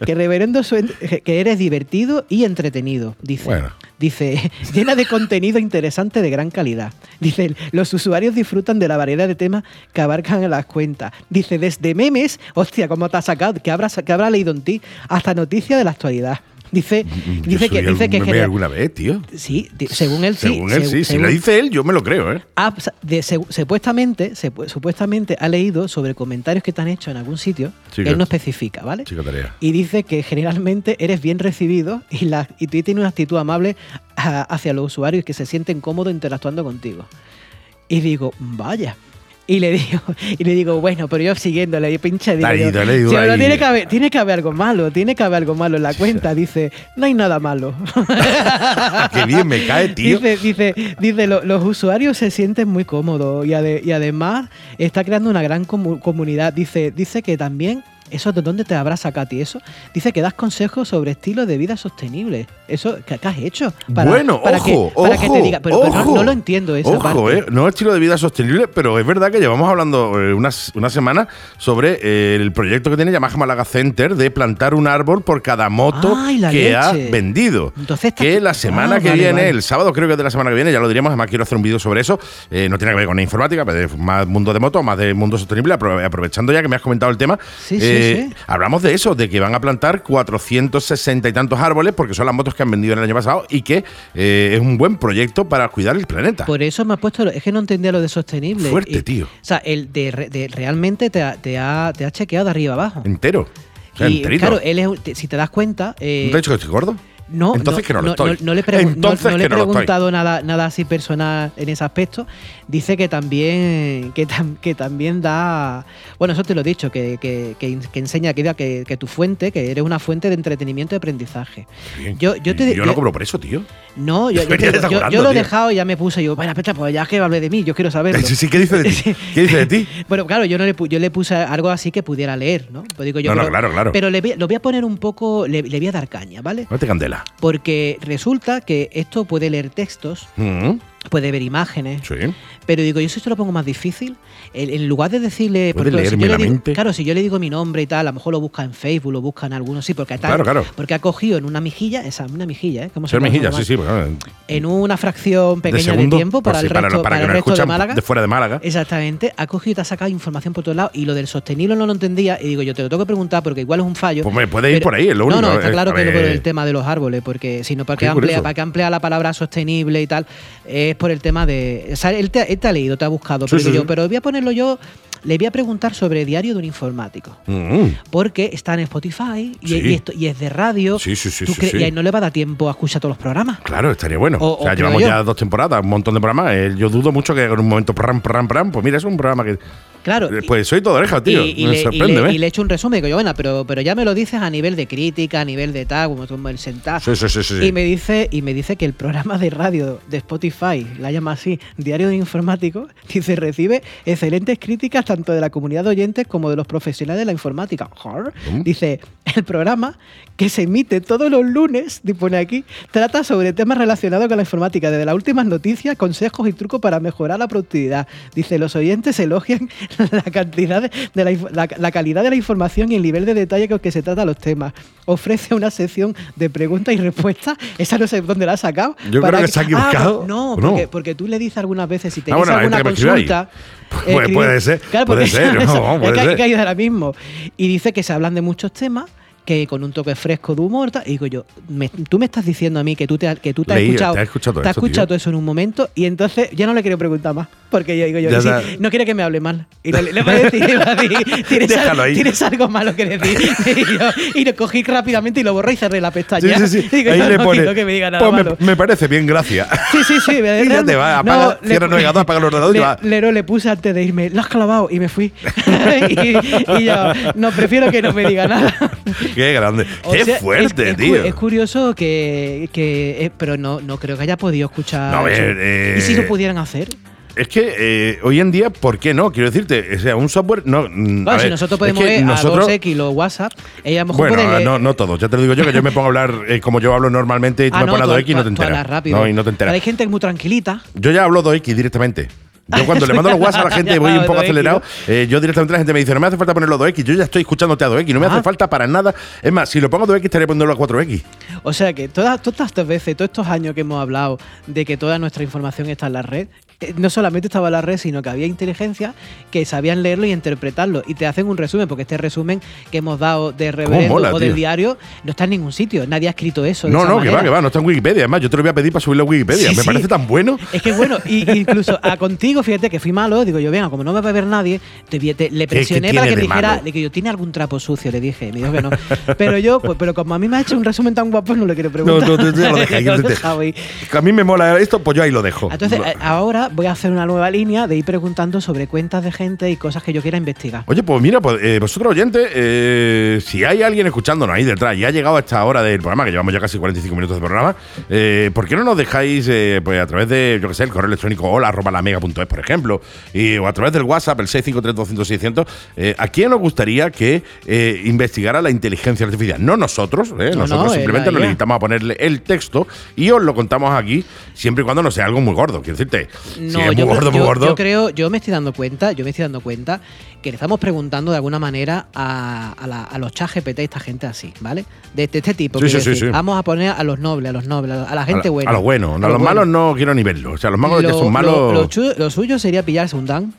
Speaker 3: que reverendo suen- que eres divertido y entretenido, dice.
Speaker 2: Bueno.
Speaker 3: Dice, llena de contenido interesante de gran calidad. Dice, los usuarios disfrutan de la variedad de temas que abarcan en las cuentas. Dice, desde memes, hostia, cómo te has sacado, que habrá, que habrá leído en ti, hasta noticias de la actualidad. Dice,
Speaker 2: Mm, Yo
Speaker 3: dice que,
Speaker 2: subí
Speaker 3: dice
Speaker 2: algún
Speaker 3: que
Speaker 2: meme
Speaker 3: genera-
Speaker 2: alguna vez, tío.
Speaker 3: Sí, di- según él sí.
Speaker 2: según él,
Speaker 3: segu-
Speaker 2: sí. Si
Speaker 3: según-
Speaker 2: lo dice él, yo me lo creo, ¿eh?
Speaker 3: ha- de- segu- supuestamente, sepu- supuestamente ha leído sobre comentarios que te han hecho en algún sitio,
Speaker 2: Sí,
Speaker 3: que él
Speaker 2: que-
Speaker 3: no especifica, ¿vale?
Speaker 2: Chica tarea.
Speaker 3: Y dice que generalmente eres bien recibido y, la, y tú tienes una actitud amable a- hacia los usuarios que se sienten cómodos interactuando contigo. Y digo, vaya. Y le digo, y le digo bueno, pero yo siguiéndole, yo pinche digo,
Speaker 2: Dale,
Speaker 3: yo,
Speaker 2: dale, dale,
Speaker 3: "Sí, pero
Speaker 2: ahí".
Speaker 3: tiene que, haber, tiene que haber algo malo, tiene que haber algo malo en la cuenta. Dice, no hay nada malo.
Speaker 2: Qué bien me cae, tío.
Speaker 3: Dice, dice, dice, "Lo- los usuarios se sienten muy cómodos y, ade- y además está creando una gran comu- comunidad. Dice, dice que también, eso de dónde te habrá sacado a ti eso, dice que das consejos sobre estilos de vida sostenible. Eso, ¿qué, qué has hecho?
Speaker 2: bueno,
Speaker 3: para
Speaker 2: ojo,
Speaker 3: que, para que
Speaker 2: ojo,
Speaker 3: te diga, pero, pero no-
Speaker 2: ojo.
Speaker 3: no, lo entiendo eso.
Speaker 2: Ojo, eh, no estilo de vida sostenible, pero es verdad que llevamos hablando eh, unas, una semana sobre eh, el proyecto que tiene Yamaha Málaga Center de plantar un árbol por cada moto
Speaker 3: Ay, la
Speaker 2: que ha
Speaker 3: leche.
Speaker 2: vendido.
Speaker 3: Entonces está-
Speaker 2: que la semana
Speaker 3: Ah,
Speaker 2: que
Speaker 3: vale,
Speaker 2: viene,
Speaker 3: vale.
Speaker 2: el sábado creo que es de la semana que viene, ya lo diremos, además quiero hacer un vídeo sobre eso, Eh, no tiene que ver con la informática, pero de más mundo de moto, más de mundo sostenible, apro- aprovechando ya que me has comentado el tema,
Speaker 3: Sí, sí.
Speaker 2: eh, Eh,
Speaker 3: sí.
Speaker 2: Hablamos de eso, de que van a plantar 460 y tantos árboles, porque son las motos que han vendido el año pasado y que eh, es un buen proyecto para cuidar el planeta.
Speaker 3: Por eso me ha puesto. lo- Es que no entendía lo de sostenible.
Speaker 2: Fuerte,
Speaker 3: Y-
Speaker 2: tío.
Speaker 3: O sea, el de, re- de- realmente te ha, te, ha, te ha chequeado de arriba abajo.
Speaker 2: entero. O sea,
Speaker 3: y,
Speaker 2: enterito.
Speaker 3: claro, eh, él es, un- te- si te das cuenta. eh,
Speaker 2: ¿No te he dicho que estoy gordo?
Speaker 3: no,
Speaker 2: Entonces que no lo estoy.
Speaker 3: no le, pregun- no-
Speaker 2: Entonces
Speaker 3: no le
Speaker 2: que
Speaker 3: he
Speaker 2: no lo estoy.
Speaker 3: preguntado nada, nada así personal en ese aspecto. Dice que también, que, tam- que también da. Bueno, eso te lo he dicho, que, que, que, en- que enseña que, diga que, que tu fuente, que eres una fuente de entretenimiento y aprendizaje.
Speaker 2: Bien.
Speaker 3: Yo- yo te-
Speaker 2: Y no
Speaker 3: yo-
Speaker 2: cobro por eso, tío.
Speaker 3: No, yo, yo,
Speaker 2: Deberías
Speaker 3: te digo,
Speaker 2: estar
Speaker 3: yo- yo
Speaker 2: curando,
Speaker 3: lo he
Speaker 2: tío.
Speaker 3: dejado y ya me puse. Yo, bueno, espera, pues ya que hable de mí, yo quiero saberlo.
Speaker 2: Sí, sí, ¿qué dice de ti? ¿Qué dice de ti?
Speaker 3: Bueno, claro, yo no le, pu- yo le puse algo así que pudiera leer, ¿no? Pues digo, yo
Speaker 2: No, no,
Speaker 3: creo-
Speaker 2: claro, claro.
Speaker 3: Pero le, voy- lo voy a poner un poco, le, le voy a dar caña, ¿vale?
Speaker 2: No te candela.
Speaker 3: Porque resulta que esto puede leer textos,
Speaker 2: Mm,
Speaker 3: puede ver imágenes,
Speaker 2: sí.
Speaker 3: pero digo, yo si esto lo pongo más difícil, en, en lugar de decirle...
Speaker 2: Puede
Speaker 3: ejemplo,
Speaker 2: leerme
Speaker 3: yo
Speaker 2: la
Speaker 3: le digo-
Speaker 2: mente.
Speaker 3: Claro, si yo le digo mi nombre y tal, a lo mejor lo busca en Facebook, lo busca en alguno, sí, porque, tal,
Speaker 2: Claro, claro.
Speaker 3: porque ha cogido en una mejilla, esa, una mejilla, ¿eh? ¿Cómo se
Speaker 2: Ser
Speaker 3: llama?
Speaker 2: mejilla, sí, sí. pues, bueno,
Speaker 3: En una fracción pequeña de,
Speaker 2: segundo,
Speaker 3: tiempo
Speaker 2: por
Speaker 3: para
Speaker 2: si-
Speaker 3: el resto,
Speaker 2: para- para
Speaker 3: para
Speaker 2: que
Speaker 3: el
Speaker 2: nos
Speaker 3: resto de
Speaker 2: escuchan
Speaker 3: Málaga.
Speaker 2: de fuera de Málaga.
Speaker 3: Exactamente, ha cogido y te ha sacado información por todos lados y lo del sostenible no lo entendía y digo yo te lo tengo que preguntar porque igual es un fallo.
Speaker 2: Pues me puede ir por ahí, es lo
Speaker 3: No,
Speaker 2: único,
Speaker 3: no, está
Speaker 2: eh,
Speaker 3: claro
Speaker 2: a
Speaker 3: que no por
Speaker 2: ver.
Speaker 3: el tema de los árboles, porque sino para que
Speaker 2: Qué
Speaker 3: amplea,
Speaker 2: curioso.
Speaker 3: para que amplea la palabra sostenible y tal, es por el tema de, o sea, él te, él te ha leído, te ha buscado,
Speaker 2: Sí,
Speaker 3: pero
Speaker 2: sí,
Speaker 3: digo yo,
Speaker 2: sí.
Speaker 3: pero voy a ponerlo yo, le voy a preguntar sobre diario de un informático.
Speaker 2: mm,
Speaker 3: Porque está en Spotify y,
Speaker 2: Sí.
Speaker 3: y esto- y es de radio.
Speaker 2: Sí, sí, sí,
Speaker 3: ¿Tú
Speaker 2: sí,
Speaker 3: crees-
Speaker 2: sí.
Speaker 3: Y ahí no le va a dar tiempo a escuchar todos los programas.
Speaker 2: Claro, estaría bueno.
Speaker 3: O-
Speaker 2: O, sea,
Speaker 3: o
Speaker 2: llevamos
Speaker 3: creo yo.
Speaker 2: ya dos temporadas, un montón de programas. Eh, yo dudo mucho que en un momento pram, pram, pram. Pues mira, es un programa que.
Speaker 3: Claro.
Speaker 2: Eh, Pues soy todo oreja, tío.
Speaker 3: Y, y
Speaker 2: me
Speaker 3: le, y,
Speaker 2: sorprende,
Speaker 3: le,
Speaker 2: ¿eh?
Speaker 3: y le he hecho un resumen, digo yo, bueno, pero, pero ya me lo dices a nivel de crítica, a nivel de tal, como tú el sentado.
Speaker 2: Sí, sí, sí, sí, sí.
Speaker 3: Y me dice, y me dice que el programa de radio de Spotify, la llama así, Diario de un Informático, dice, recibe excelentes críticas tanto de la comunidad de oyentes como de los profesionales de la informática. Jor.
Speaker 2: Mm.
Speaker 3: Dice, el programa que se emite todos los lunes, dispone aquí, trata sobre temas relacionados con la informática, desde las últimas noticias, consejos y trucos para mejorar la productividad. Dice, los oyentes elogian la cantidad de- de la, inf- la- la calidad de la información y el nivel de detalle con que se tratan los temas. Ofrece una sección de preguntas y respuestas. Esa no sé dónde la ha sacado.
Speaker 2: Yo creo que se ha equivocado,
Speaker 3: pues no,
Speaker 2: ¿o no?
Speaker 3: Porque, porque tú le dices algunas veces si
Speaker 2: Ah,
Speaker 3: tenéis
Speaker 2: bueno, la
Speaker 3: alguna
Speaker 2: gente que me escriba
Speaker 3: consulta.
Speaker 2: ahí. Pu- puede- Pues, puede ser, puede
Speaker 3: porque
Speaker 2: ser,
Speaker 3: eso-
Speaker 2: no,
Speaker 3: es
Speaker 2: puede
Speaker 3: que hay
Speaker 2: ser.
Speaker 3: que ayudar ahora mismo. Y dice que se hablan de muchos temas, que con un toque fresco de humor. tal. Y digo yo, me- tú me estás diciendo a mí que tú te, ha- que tú te has
Speaker 2: Leí-
Speaker 3: escuchado.
Speaker 2: te has escuchado todo
Speaker 3: te has
Speaker 2: esto, tío.
Speaker 3: escuchado todo eso en un momento. Y entonces ya no le quiero preguntar más. Porque yo digo yo,
Speaker 2: Ya
Speaker 3: y si-
Speaker 2: está.
Speaker 3: no quiere que me hable mal. Y le, le voy a decir, le voy a decir, ¿tienes, al-
Speaker 2: Déjalo ahí.
Speaker 3: tienes algo malo que decir. Y, yo- y lo cogí rápidamente y lo borré y cerré la
Speaker 2: Sí,
Speaker 3: pestaña.
Speaker 2: sí, sí.
Speaker 3: Digo,
Speaker 2: Ahí
Speaker 3: yo
Speaker 2: le
Speaker 3: no
Speaker 2: pone.
Speaker 3: quiero que me diga nada
Speaker 2: pues me-
Speaker 3: malo.
Speaker 2: me, parece bien, gracias.
Speaker 3: Sí, sí, sí.
Speaker 2: Y ya te va, apaga,
Speaker 3: le-
Speaker 2: cierra el navegador, apaga el ordenador y
Speaker 3: le,
Speaker 2: te va.
Speaker 3: Lero le puse antes de irme, lo has clavado y me fui. y, y yo, no, prefiero que no me diga nada.
Speaker 2: Qué grande.
Speaker 3: O
Speaker 2: Qué
Speaker 3: sea, es-
Speaker 2: fuerte,
Speaker 3: es cu-
Speaker 2: tío.
Speaker 3: Es curioso que. que eh, pero no, no creo que haya podido escuchar.
Speaker 2: No, a ver,
Speaker 3: eso.
Speaker 2: eh,
Speaker 3: ¿Y si lo pudieran hacer?
Speaker 2: Es que eh, hoy en día, ¿por qué no? Quiero decirte, o sea, un software no. mm, a
Speaker 3: Claro, si
Speaker 2: ver,
Speaker 3: nosotros
Speaker 2: es
Speaker 3: podemos
Speaker 2: que
Speaker 3: ver
Speaker 2: nosotros-
Speaker 3: a 2X los WhatsApp, ella a lo mejor
Speaker 2: Bueno,
Speaker 3: puede leer-
Speaker 2: no, no todos. Ya te lo digo yo que yo me pongo a hablar eh, como yo hablo normalmente y tú
Speaker 3: Ah,
Speaker 2: me pones a
Speaker 3: tú-
Speaker 2: 2X y no
Speaker 3: tú-
Speaker 2: te
Speaker 3: tú hablas
Speaker 2: enteras.
Speaker 3: rápido.
Speaker 2: No, y no te
Speaker 3: Pero
Speaker 2: enteras.
Speaker 3: hay gente muy tranquilita.
Speaker 2: Yo ya hablo 2X directamente. Yo cuando le mando los WhatsApp a la gente
Speaker 3: Ya
Speaker 2: voy un
Speaker 3: hablo
Speaker 2: poco
Speaker 3: 2X,
Speaker 2: acelerado, eh, yo directamente la gente me dice, no me hace falta ponerlo 2X, yo ya estoy escuchándote a 2X, no me
Speaker 3: Ah.
Speaker 2: hace falta para nada. Es más, si lo pongo 2X estaría poniéndolo a 4X.
Speaker 3: O sea que todas, todas estas veces, todos estos años que hemos hablado de que toda nuestra información está en la red, eh, no solamente estaba en la red, sino que había inteligencia que sabían leerlo y interpretarlo. Y te hacen un resumen, porque este resumen que hemos dado de reverendo
Speaker 2: mola,
Speaker 3: o del
Speaker 2: tío.
Speaker 3: diario no está en ningún sitio. Nadie ha escrito eso. de
Speaker 2: No,
Speaker 3: esa
Speaker 2: no, que va,
Speaker 3: manera.
Speaker 2: que va, no está en Wikipedia. Además, yo te lo voy a pedir para subirlo a Wikipedia.
Speaker 3: Sí,
Speaker 2: me
Speaker 3: sí.
Speaker 2: parece tan bueno.
Speaker 3: Es que bueno, y, y incluso a contigo, fíjate que fui malo, digo yo, venga, como no me va a ver nadie, te, vi- te- le
Speaker 2: ¿Qué- qué
Speaker 3: presioné
Speaker 2: tiene
Speaker 3: para que
Speaker 2: de
Speaker 3: me dijera,
Speaker 2: malo?
Speaker 3: le que yo, ¿tiene algún trapo sucio? Le dije, me dijo que no. Pero yo, pues, pero como a mí me ha hecho un resumen tan guapo, no le quiero
Speaker 2: No,
Speaker 3: preguntar.
Speaker 2: no, te, te lo dejas,
Speaker 3: Lo he
Speaker 2: yo te-
Speaker 3: dejado ahí.
Speaker 2: que A mí me mola esto, pues yo ahí lo dejo.
Speaker 3: Entonces,
Speaker 2: Lo-
Speaker 3: eh, ahora voy a hacer una nueva línea de ir preguntando sobre cuentas de gente y cosas que yo quiera investigar.
Speaker 2: Oye, pues mira, pues, eh, vosotros oyentes, eh, si hay alguien escuchándonos ahí detrás y ha llegado a esta hora del programa, que llevamos ya casi 45 minutos de programa, eh, ¿por qué no nos dejáis eh, pues a través de, yo qué sé, el correo electrónico hola arroba lamega.es, por ejemplo, y, o a través del WhatsApp, el 653-200-600, eh, ¿a quién os gustaría que eh, investigara la inteligencia artificial? No nosotros, eh,
Speaker 3: No,
Speaker 2: nosotros
Speaker 3: no,
Speaker 2: simplemente
Speaker 3: eh, la
Speaker 2: nos
Speaker 3: IA.
Speaker 2: limitamos a ponerle el texto y os lo contamos aquí, siempre y cuando no sea algo muy gordo, quiero decirte. si es muy
Speaker 3: yo,
Speaker 2: gordo, muy
Speaker 3: yo-
Speaker 2: gordo.
Speaker 3: yo creo, yo me estoy dando cuenta, yo me estoy dando cuenta que le estamos preguntando de alguna manera a, a la- a los chat GPT, esta gente así, ¿vale? De, de este tipo.
Speaker 2: Sí,
Speaker 3: quiero
Speaker 2: sí, sí,
Speaker 3: decir.
Speaker 2: sí.
Speaker 3: Vamos a poner a los nobles, a los nobles, a la- a la gente
Speaker 2: a, la-
Speaker 3: buena.
Speaker 2: A los buenos. A, los,
Speaker 3: buenos.
Speaker 2: malos no quiero ni verlos. O sea, los malos ya
Speaker 3: Lo-
Speaker 2: son malos.
Speaker 3: Lo, lo chu- lo suyo sería pillarse un Dan.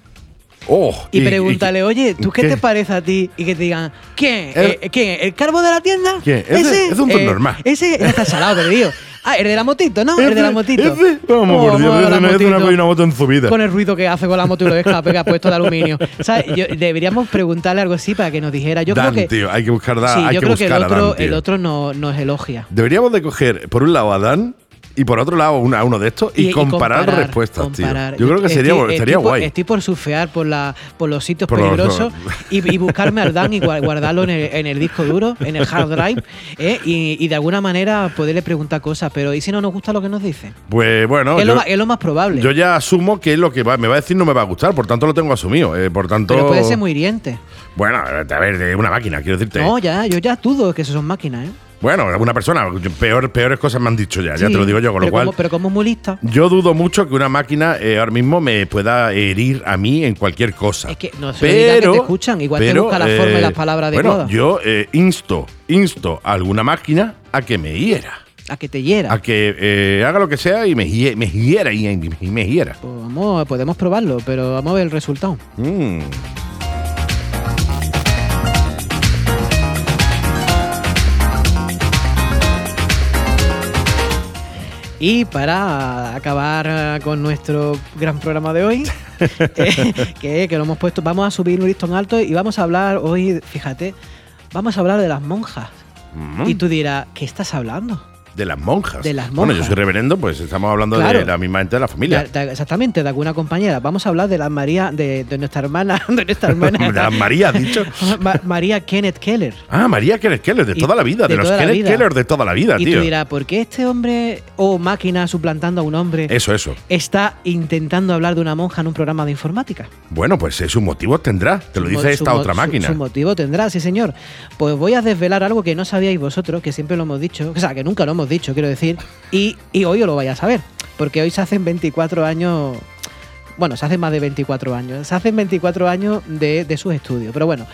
Speaker 2: Oh,
Speaker 3: Y, pregúntale, oye, ¿tú qué,
Speaker 2: ¿qué?
Speaker 3: te parece a ti? Y que te digan, ¿quién?
Speaker 2: El-
Speaker 3: Eh, ¿Quién? ¿El carbo de la tienda? eh,
Speaker 2: ¿Quién? Ese- es un subnormal.
Speaker 3: Ese está salado, perdido. Ah, el de la motito, ¿no? El de la motito.
Speaker 2: Ese, vamos,
Speaker 3: Oh,
Speaker 2: por Dios,
Speaker 3: vamos a la
Speaker 2: ese no es una,
Speaker 3: motito.
Speaker 2: una moto en su vida.
Speaker 3: Con el ruido que hace con la moto y lo deja que ha puesto de aluminio. ¿Sabes? Yo- deberíamos preguntarle algo así para que nos dijera. Yo
Speaker 2: Dan,
Speaker 3: creo que.
Speaker 2: tío, hay que buscar, Dan,
Speaker 3: sí,
Speaker 2: hay
Speaker 3: yo
Speaker 2: que
Speaker 3: creo que el
Speaker 2: buscar a
Speaker 3: otro,
Speaker 2: Dan, tío.
Speaker 3: el otro no, nos elogia.
Speaker 2: Deberíamos de coger, por un lado, a Dan y por otro lado, una- a uno de estos y, comparar, respuestas,
Speaker 3: comparar.
Speaker 2: tío. Yo creo que
Speaker 3: Estoy-
Speaker 2: sería,
Speaker 3: estoy
Speaker 2: estaría
Speaker 3: por-
Speaker 2: guay.
Speaker 3: Estoy por surfear por, la, por los sitios
Speaker 2: Por los-
Speaker 3: peligrosos y, y buscarme al Dan y gua- guardarlo en el, en el disco duro, en el hard drive, ¿eh? y, y de alguna manera poderle preguntar cosas. Pero ¿y si no nos gusta lo que nos dice?
Speaker 2: Pues bueno,
Speaker 3: es, lo,
Speaker 2: yo,
Speaker 3: ma- es lo más probable.
Speaker 2: yo ya asumo que lo que va- me va a decir no me va a gustar, por tanto lo tengo asumido. eh, por tanto,
Speaker 3: pero puede ser muy hiriente.
Speaker 2: bueno, a ver, de una máquina, quiero decirte.
Speaker 3: No, ya, yo ya dudo que eso son máquinas, ¿eh?
Speaker 2: Bueno, una persona, yo- peor, peores cosas me han dicho ya, ya
Speaker 3: Sí,
Speaker 2: te lo digo yo, con lo
Speaker 3: pero
Speaker 2: cual.
Speaker 3: como- pero como es muy lista.
Speaker 2: Yo dudo mucho que una máquina eh, ahora mismo me pueda herir a mí en cualquier cosa. eh,
Speaker 3: Es que no se lo diga que te escuchan, igual te busca la forma y las palabras
Speaker 2: Bueno,
Speaker 3: adecuadas.
Speaker 2: yo eh, insto, insto a alguna máquina a que me hiera.
Speaker 3: A que te hiera.
Speaker 2: A que eh, haga lo que sea y me, hie- me hiera y, y me hiera.
Speaker 3: Pues vamos, podemos probarlo, pero vamos a ver el resultado.
Speaker 2: Mm.
Speaker 3: Y para acabar eh, con nuestro gran programa de hoy, eh, que, que lo hemos puesto, vamos a subir un listón alto y vamos a hablar hoy, fíjate, vamos a hablar de las monjas.
Speaker 2: Mm.
Speaker 3: Y tú dirás, ¿qué estás hablando?
Speaker 2: De las monjas.
Speaker 3: De las
Speaker 2: Bueno, yo
Speaker 3: monjas.
Speaker 2: soy reverendo, pues estamos hablando
Speaker 3: Claro.
Speaker 2: de la misma gente de la familia.
Speaker 3: De- de- exactamente, de alguna compañera. Vamos a hablar de la María, de, de nuestra hermana, de nuestra hermana.
Speaker 2: De las María, has dicho.
Speaker 3: Ma- María Kenneth Keller.
Speaker 2: Ah, María Keller Keller, de
Speaker 3: Y-
Speaker 2: toda la vida, de,
Speaker 3: de
Speaker 2: los
Speaker 3: toda la
Speaker 2: Keller
Speaker 3: vida.
Speaker 2: Keller de toda la vida,
Speaker 3: y
Speaker 2: tío.
Speaker 3: tú dirás, ¿por qué este hombre o máquina suplantando a un hombre
Speaker 2: Eso, eso.
Speaker 3: está intentando hablar de una monja en un programa de informática?
Speaker 2: Bueno, pues eh, sus motivos tendrá, te lo
Speaker 3: Su mo-
Speaker 2: dice
Speaker 3: su
Speaker 2: esta
Speaker 3: mo-
Speaker 2: otra
Speaker 3: su-
Speaker 2: máquina.
Speaker 3: Su, motivo tendrá, sí, señor. Pues voy a desvelar algo que no sabíais vosotros, que siempre lo hemos dicho, o sea, que nunca lo hemos dicho, quiero decir, y, y hoy os lo vais a saber, porque hoy se hacen 24 años. Bueno, se hacen más de 24 años. Se hacen 24 años de, de sus estudios. Pero bueno,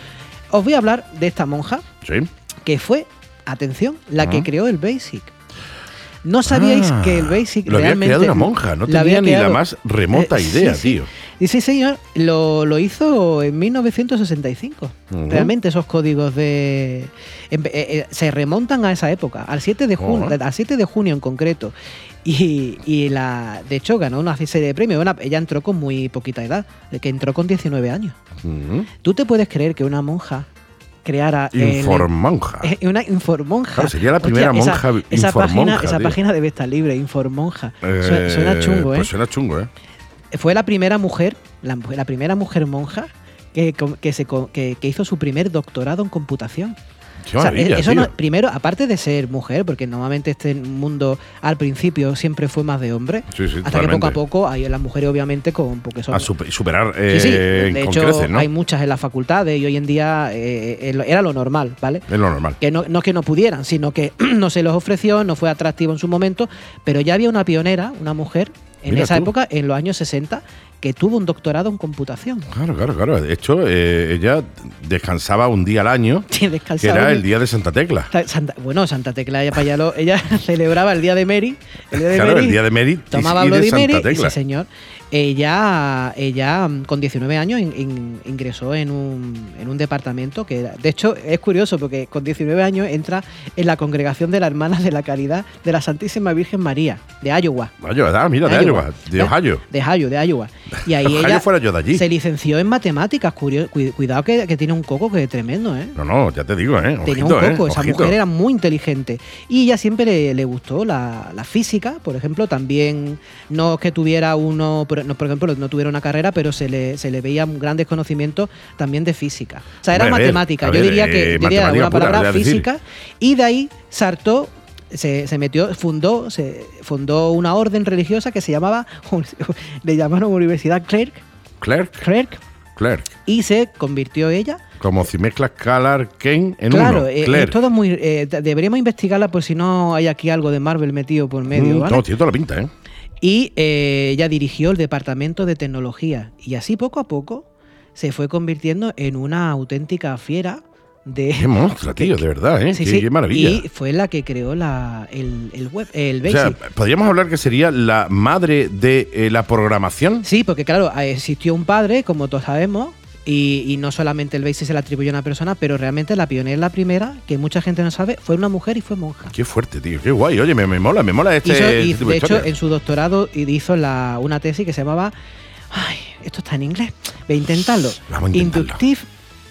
Speaker 3: os voy a hablar de esta monja
Speaker 2: Sí.
Speaker 3: que fue, atención, la que
Speaker 2: Ajá.
Speaker 3: creó el Basic. No sabíais
Speaker 2: Ah,
Speaker 3: que el Basic
Speaker 2: Lo había
Speaker 3: realmente
Speaker 2: creado una monja, no
Speaker 3: la había
Speaker 2: tenía ni la
Speaker 3: creado-
Speaker 2: más remota
Speaker 3: Eh, sí,
Speaker 2: idea,
Speaker 3: sí.
Speaker 2: tío.
Speaker 3: Y sí, señor, lo, lo hizo en 1965.
Speaker 2: Ujú.
Speaker 3: Realmente esos códigos de em- eh, eh, se remontan a esa época, al 7 de junio,
Speaker 2: Joder.
Speaker 3: al 7 de junio en concreto. Y, y la de hecho ganó una serie de premios. Una- ella entró con muy poquita edad, que entró con 19 años.
Speaker 2: Ujú.
Speaker 3: ¿Tú te puedes creer que una monja creara el-
Speaker 2: Informonja.
Speaker 3: eh, una informonja.
Speaker 2: Claro, sería la primera
Speaker 3: esa-
Speaker 2: monja vi-
Speaker 3: Esa, página,
Speaker 2: informonja,
Speaker 3: esa
Speaker 2: tío.
Speaker 3: página debe estar libre, informonja. Su- Suena,
Speaker 2: Eh,
Speaker 3: chungo, ¿eh?
Speaker 2: Pues suena chungo, ¿eh?
Speaker 3: fue la primera mujer, la, mu- la primera mujer monja que, com- que se, co- que, que hizo su primer doctorado en computación.
Speaker 2: Qué
Speaker 3: O sea,
Speaker 2: maravilla,
Speaker 3: eso
Speaker 2: tío.
Speaker 3: no- primero, aparte de ser mujer, porque normalmente este mundo al principio siempre fue más de hombre,
Speaker 2: Sí, sí,
Speaker 3: hasta que
Speaker 2: totalmente.
Speaker 3: poco a poco hay las mujeres obviamente con porque son
Speaker 2: A super- superar eh,
Speaker 3: Sí, sí.
Speaker 2: con
Speaker 3: de hecho
Speaker 2: creces, ¿no?
Speaker 3: hay muchas en las facultades y hoy en día eh, eh, era lo normal, ¿vale?
Speaker 2: Es lo normal.
Speaker 3: que no, no es que no pudieran, sino que no se los ofreció, no fue atractivo en su momento, pero ya había una pionera, una mujer, en
Speaker 2: Mira
Speaker 3: esa
Speaker 2: tú.
Speaker 3: época, en los años 60, que tuvo un doctorado en computación.
Speaker 2: Claro, claro, claro. De hecho, eh, ella descansaba un día al año,
Speaker 3: Sí,
Speaker 2: que
Speaker 3: descalzado.
Speaker 2: era el día de Santa Tecla.
Speaker 3: Sa- Santa- bueno, Santa Tecla, ella, para allá lo- ella celebraba el día de Mary. El día de
Speaker 2: Claro,
Speaker 3: Mary,
Speaker 2: el día de Mary y-
Speaker 3: Tomaba
Speaker 2: y
Speaker 3: lo
Speaker 2: de
Speaker 3: de Mary,
Speaker 2: Santa
Speaker 3: y sí,
Speaker 2: Tecla.
Speaker 3: señor. Ella, ella mm, con 19 años in- in- ingresó en un, en un departamento que, era- de hecho, es curioso porque con 19 años entra en la congregación de las Hermanas de la Caridad de la Santísima Virgen María, de Iowa.
Speaker 2: Ohio, ah, mira, de
Speaker 3: Iowa.
Speaker 2: Iowa, de Ohio.
Speaker 3: De Ohio, de Iowa. Y ahí
Speaker 2: Ojalá
Speaker 3: ella
Speaker 2: yo fuera yo de allí.
Speaker 3: se licenció en matemáticas. curio- cu- cuidado que, que tiene un coco que es tremendo, ¿eh?
Speaker 2: No, no, ya te digo, ¿eh?
Speaker 3: Tenía
Speaker 2: Ojito,
Speaker 3: un coco,
Speaker 2: ¿eh?
Speaker 3: esa
Speaker 2: Ojito.
Speaker 3: mujer era muy inteligente. Y ella siempre le, le gustó la, la física, por ejemplo, también no es que tuviera uno, por, no, por ejemplo, no tuviera una carrera, pero se le, se le veía un gran desconocimiento también de física. O sea, era
Speaker 2: Hombre, a ver,
Speaker 3: matemática,
Speaker 2: a
Speaker 3: yo
Speaker 2: ver,
Speaker 3: diría
Speaker 2: eh,
Speaker 3: que diría
Speaker 2: matemática
Speaker 3: una
Speaker 2: pura,
Speaker 3: palabra
Speaker 2: voy a decir.
Speaker 3: física. Y de ahí saltó. Se, se metió, fundó, se fundó una orden religiosa que se llamaba, le llamaron Universidad Clerk,
Speaker 2: Clerk,
Speaker 3: Clerk
Speaker 2: Clerk.
Speaker 3: y se convirtió ella
Speaker 2: Como si mezclas Calar Ken en
Speaker 3: claro,
Speaker 2: uno.
Speaker 3: eh, eh,
Speaker 2: Clerk.
Speaker 3: todo muy. eh, de- deberíamos investigarla por si no hay aquí algo de Marvel metido por medio.
Speaker 2: Mm,
Speaker 3: ¿vale?
Speaker 2: No, tiene toda la pinta, ¿eh?
Speaker 3: Y eh, ella dirigió el departamento de tecnología. Y así poco a poco se fue convirtiendo en una auténtica fiera
Speaker 2: Qué
Speaker 3: de...
Speaker 2: monstruo, tío, de verdad, ¿eh?
Speaker 3: Sí,
Speaker 2: qué,
Speaker 3: sí.
Speaker 2: qué maravilla.
Speaker 3: Y fue la que creó la, el, el web, el
Speaker 2: o
Speaker 3: Basic.
Speaker 2: sea, podríamos hablar que sería la madre de eh, la programación.
Speaker 3: Sí, porque claro, a- existió un padre, como todos sabemos, y, y no solamente el Basic se le atribuyó a una persona, pero realmente la pionera, la primera, que mucha gente no sabe, fue una mujer y fue monja.
Speaker 2: Qué fuerte, tío, qué guay. Oye, me, me mola, me mola este,
Speaker 3: Hizo-
Speaker 2: este
Speaker 3: y,
Speaker 2: tipo
Speaker 3: de
Speaker 2: de
Speaker 3: hecho,
Speaker 2: historia.
Speaker 3: en su doctorado hizo la, una tesis que se llamaba. Ay, esto está en inglés. Ve, intentarlo.
Speaker 2: Vamos a intentarlo.
Speaker 3: Inductive.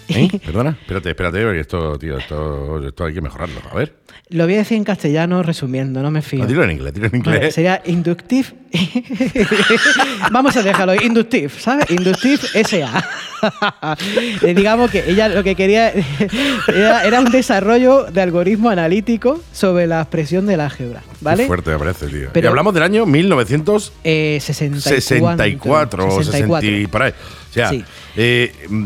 Speaker 2: ¿Eh? Perdona, espérate, espérate, porque esto, tío, esto, esto hay que mejorarlo. A ver,
Speaker 3: Lo voy a decir en castellano resumiendo, no me fío.
Speaker 2: no, dilo en inglés, dilo en
Speaker 3: Vale,
Speaker 2: inglés.
Speaker 3: sería inductive. Vamos a dejarlo. Inductive, ¿sabes? Inductive SA. Eh, Digamos que ella lo que quería era, era un desarrollo de algoritmo analítico sobre la expresión del álgebra. ¿Vale?
Speaker 2: Qué fuerte me parece, tío. y
Speaker 3: Pero-
Speaker 2: hablamos del año 1900.
Speaker 3: Eh, 64.
Speaker 2: 64 o 60 y por ahí. O sea,
Speaker 3: Sí.
Speaker 2: eh, mm,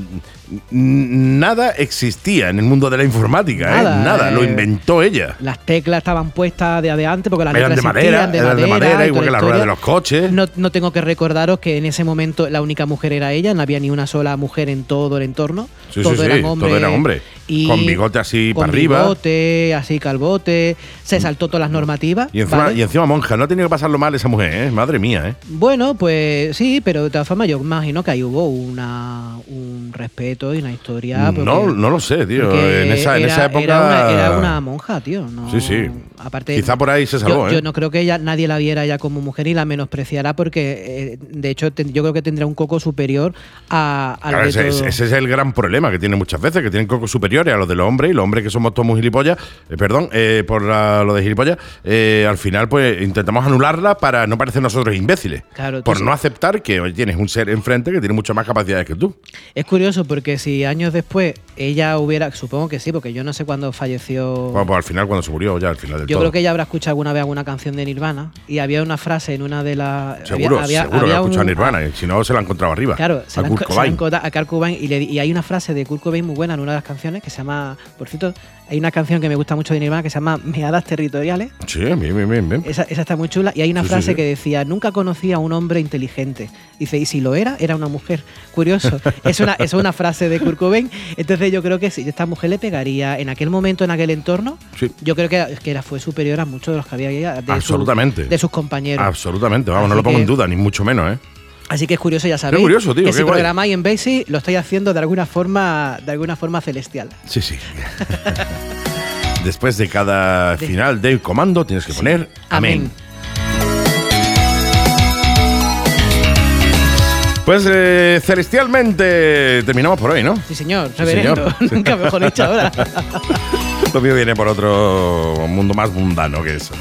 Speaker 2: n- nada existía en el mundo de la informática, ¿eh?
Speaker 3: Nada,
Speaker 2: Nada,
Speaker 3: eh.
Speaker 2: lo inventó ella.
Speaker 3: Las teclas estaban puestas de, de antes porque las
Speaker 2: Eran
Speaker 3: letras
Speaker 2: de madera,
Speaker 3: existían,
Speaker 2: eran de madera,
Speaker 3: y toda
Speaker 2: igual que las
Speaker 3: historia.
Speaker 2: ruedas de los coches.
Speaker 3: No, no tengo que recordaros que en ese momento la única mujer era ella, no había ni una sola mujer en todo el entorno.
Speaker 2: Sí,
Speaker 3: todo
Speaker 2: sí, sí,
Speaker 3: eran
Speaker 2: todo
Speaker 3: hombres.
Speaker 2: eran hombres.
Speaker 3: Y
Speaker 2: Con bigote así
Speaker 3: con
Speaker 2: para arriba.
Speaker 3: bigote, así calvote. Se saltó todas las normativas.
Speaker 2: Y encima,
Speaker 3: ¿vale?
Speaker 2: y encima monja, no ha tenido que pasarlo mal esa mujer, ¿eh? Madre mía, ¿eh?
Speaker 3: Bueno, pues sí, pero de todas formas yo imagino que ahí hubo una, un respeto y una historia. porque-
Speaker 2: no, no lo sé, tío.
Speaker 3: pues porque
Speaker 2: En esa, en
Speaker 3: era-
Speaker 2: esa época.
Speaker 3: Era una, era una monja, tío. no-
Speaker 2: Sí, sí.
Speaker 3: Aparte,
Speaker 2: Quizá por ahí se salvó,
Speaker 3: yo,
Speaker 2: ¿eh?
Speaker 3: yo no creo que ella, nadie la viera ya como mujer y la menospreciará porque, eh, de hecho, ten- yo creo que tendrá un coco superior a, al
Speaker 2: Claro,
Speaker 3: de
Speaker 2: ese,
Speaker 3: todo.
Speaker 2: ese- ese es el gran problema que tiene muchas veces, que tienen cocos superiores a los de los hombres y los hombres que somos todos muy gilipollas, eh, perdón, eh, por la- lo de gilipollas, eh, al final pues intentamos anularla para no parecer nosotros imbéciles.
Speaker 3: Claro, tú
Speaker 2: por
Speaker 3: sí.
Speaker 2: no aceptar que hoy tienes un ser enfrente que tiene muchas más capacidades que tú.
Speaker 3: Es curioso porque si años después ella hubiera, supongo que sí, porque yo no sé cuándo falleció.
Speaker 2: Bueno, pues al final cuando se murió ya, al final del
Speaker 3: Oh. Yo
Speaker 2: todo.
Speaker 3: creo que ella habrá escuchado alguna vez alguna canción de Nirvana y había una frase en una de las.
Speaker 2: Seguro,
Speaker 3: había, había-
Speaker 2: seguro que
Speaker 3: había
Speaker 2: ha escuchado
Speaker 3: un-
Speaker 2: Nirvana, y si no se la encontraba arriba.
Speaker 3: Claro, se
Speaker 2: a
Speaker 3: la han
Speaker 2: Kurt
Speaker 3: co- se la
Speaker 2: Cobain.
Speaker 3: han contado a Kurt Cobain y, le- y hay una frase de Kurt Cobain muy buena en una de las canciones que se llama, por cierto, hay una canción que me gusta mucho de Nirvana que se llama Meadas Territoriales.
Speaker 2: Sí, bien, bien, bien, bien.
Speaker 3: Esa, esa está muy chula y hay una
Speaker 2: Sí, sí,
Speaker 3: frase
Speaker 2: sí.
Speaker 3: que decía, nunca conocí a un hombre inteligente. Dice, y si lo era, era una mujer. Curioso. es, una, es una frase de Kurt Cobain. Entonces yo creo que si esta mujer le pegaría en aquel momento, en aquel entorno,
Speaker 2: Sí.
Speaker 3: yo creo que, que era, fue superior a muchos de los que había ahí, de, su-
Speaker 2: Absolutamente.
Speaker 3: de sus compañeros.
Speaker 2: Absolutamente, vamos, no
Speaker 3: Así
Speaker 2: lo pongo en
Speaker 3: que-
Speaker 2: duda, ni mucho menos, ¿eh?
Speaker 3: Así que es curioso, ya sabéis.
Speaker 2: curioso, tío,
Speaker 3: que
Speaker 2: qué
Speaker 3: si
Speaker 2: guay.
Speaker 3: programáis en Basic, lo estáis haciendo de alguna forma, de alguna forma celestial.
Speaker 2: Sí, sí. Después de cada final del comando tienes que poner amén. Pues eh, celestialmente terminamos por hoy, ¿no?
Speaker 3: Sí, señor,
Speaker 2: Sí,
Speaker 3: reverendo.
Speaker 2: señor.
Speaker 3: Nunca mejor dicho ahora.
Speaker 2: Lo mío viene por otro mundo más mundano que eso.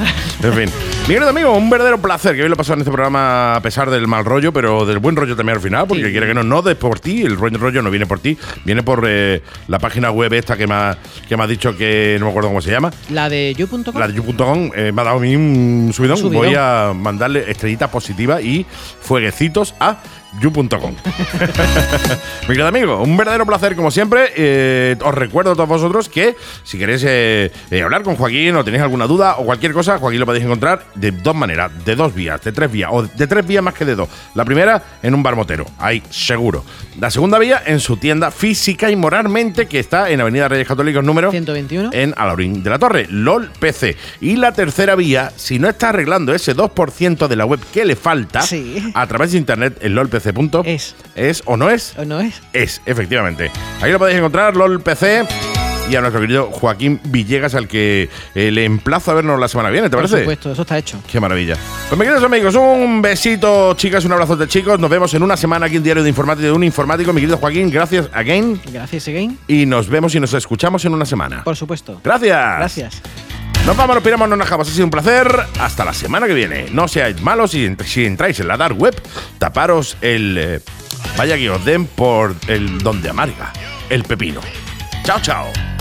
Speaker 2: En fin. Mi querido amigo, un verdadero placer que hoy lo pasado en este programa a pesar del mal rollo, pero del buen rollo también al final, porque
Speaker 3: Sí.
Speaker 2: quiere que no, no des por ti, el buen rollo no viene por ti, viene por eh, la página web esta que me, ha, que me ha dicho que no me acuerdo cómo se llama.
Speaker 3: La de you.com.
Speaker 2: La de you.com eh, me ha dado a mí un subidón.
Speaker 3: Un subidón.
Speaker 2: Voy a mandarle estrellitas positivas y fueguecitos a you.com. Mi querido amigo, un verdadero placer como siempre. Eh, os recuerdo a todos vosotros que si queréis eh, eh, hablar con Joaquín o tenéis alguna duda o cualquier cosa, Joaquín lo podéis encontrar de dos maneras, de dos vías, de tres vías o de tres vías más que de dos. La primera en un bar motero, ahí seguro. La segunda vía en su tienda física y moralmente que está en Avenida Reyes Católicos número
Speaker 3: 121.
Speaker 2: en Alaurín de la Torre, LOL PC. Y la tercera vía, si no está arreglando ese 2% de la web que le falta,
Speaker 3: Sí.
Speaker 2: a través de internet en lolpc.
Speaker 3: Es.
Speaker 2: es o no es,
Speaker 3: ¿O no es?
Speaker 2: es, efectivamente. Ahí lo podéis encontrar, LOL PC. Y a nuestro querido Joaquín Villegas, al que eh, le emplazo a vernos la semana que viene, ¿te
Speaker 3: Por
Speaker 2: parece?
Speaker 3: supuesto, eso está hecho.
Speaker 2: Qué maravilla. Pues, mis queridos amigos, un besito, chicas, un abrazote, chicos. Nos vemos en una semana aquí en Diario de Informático de un Informático. Mi querido Joaquín, gracias again.
Speaker 3: Gracias, again.
Speaker 2: Y nos vemos y nos escuchamos en una semana.
Speaker 3: Por supuesto.
Speaker 2: Gracias.
Speaker 3: Gracias.
Speaker 2: Nos vamos, nos piramos, nos dejamos. Ha sido un placer. Hasta la semana que viene. No seáis malos y ent- si entráis en la dark web, taparos el... eh, vaya que os den por el don de amarga, el pepino. Chao, chao.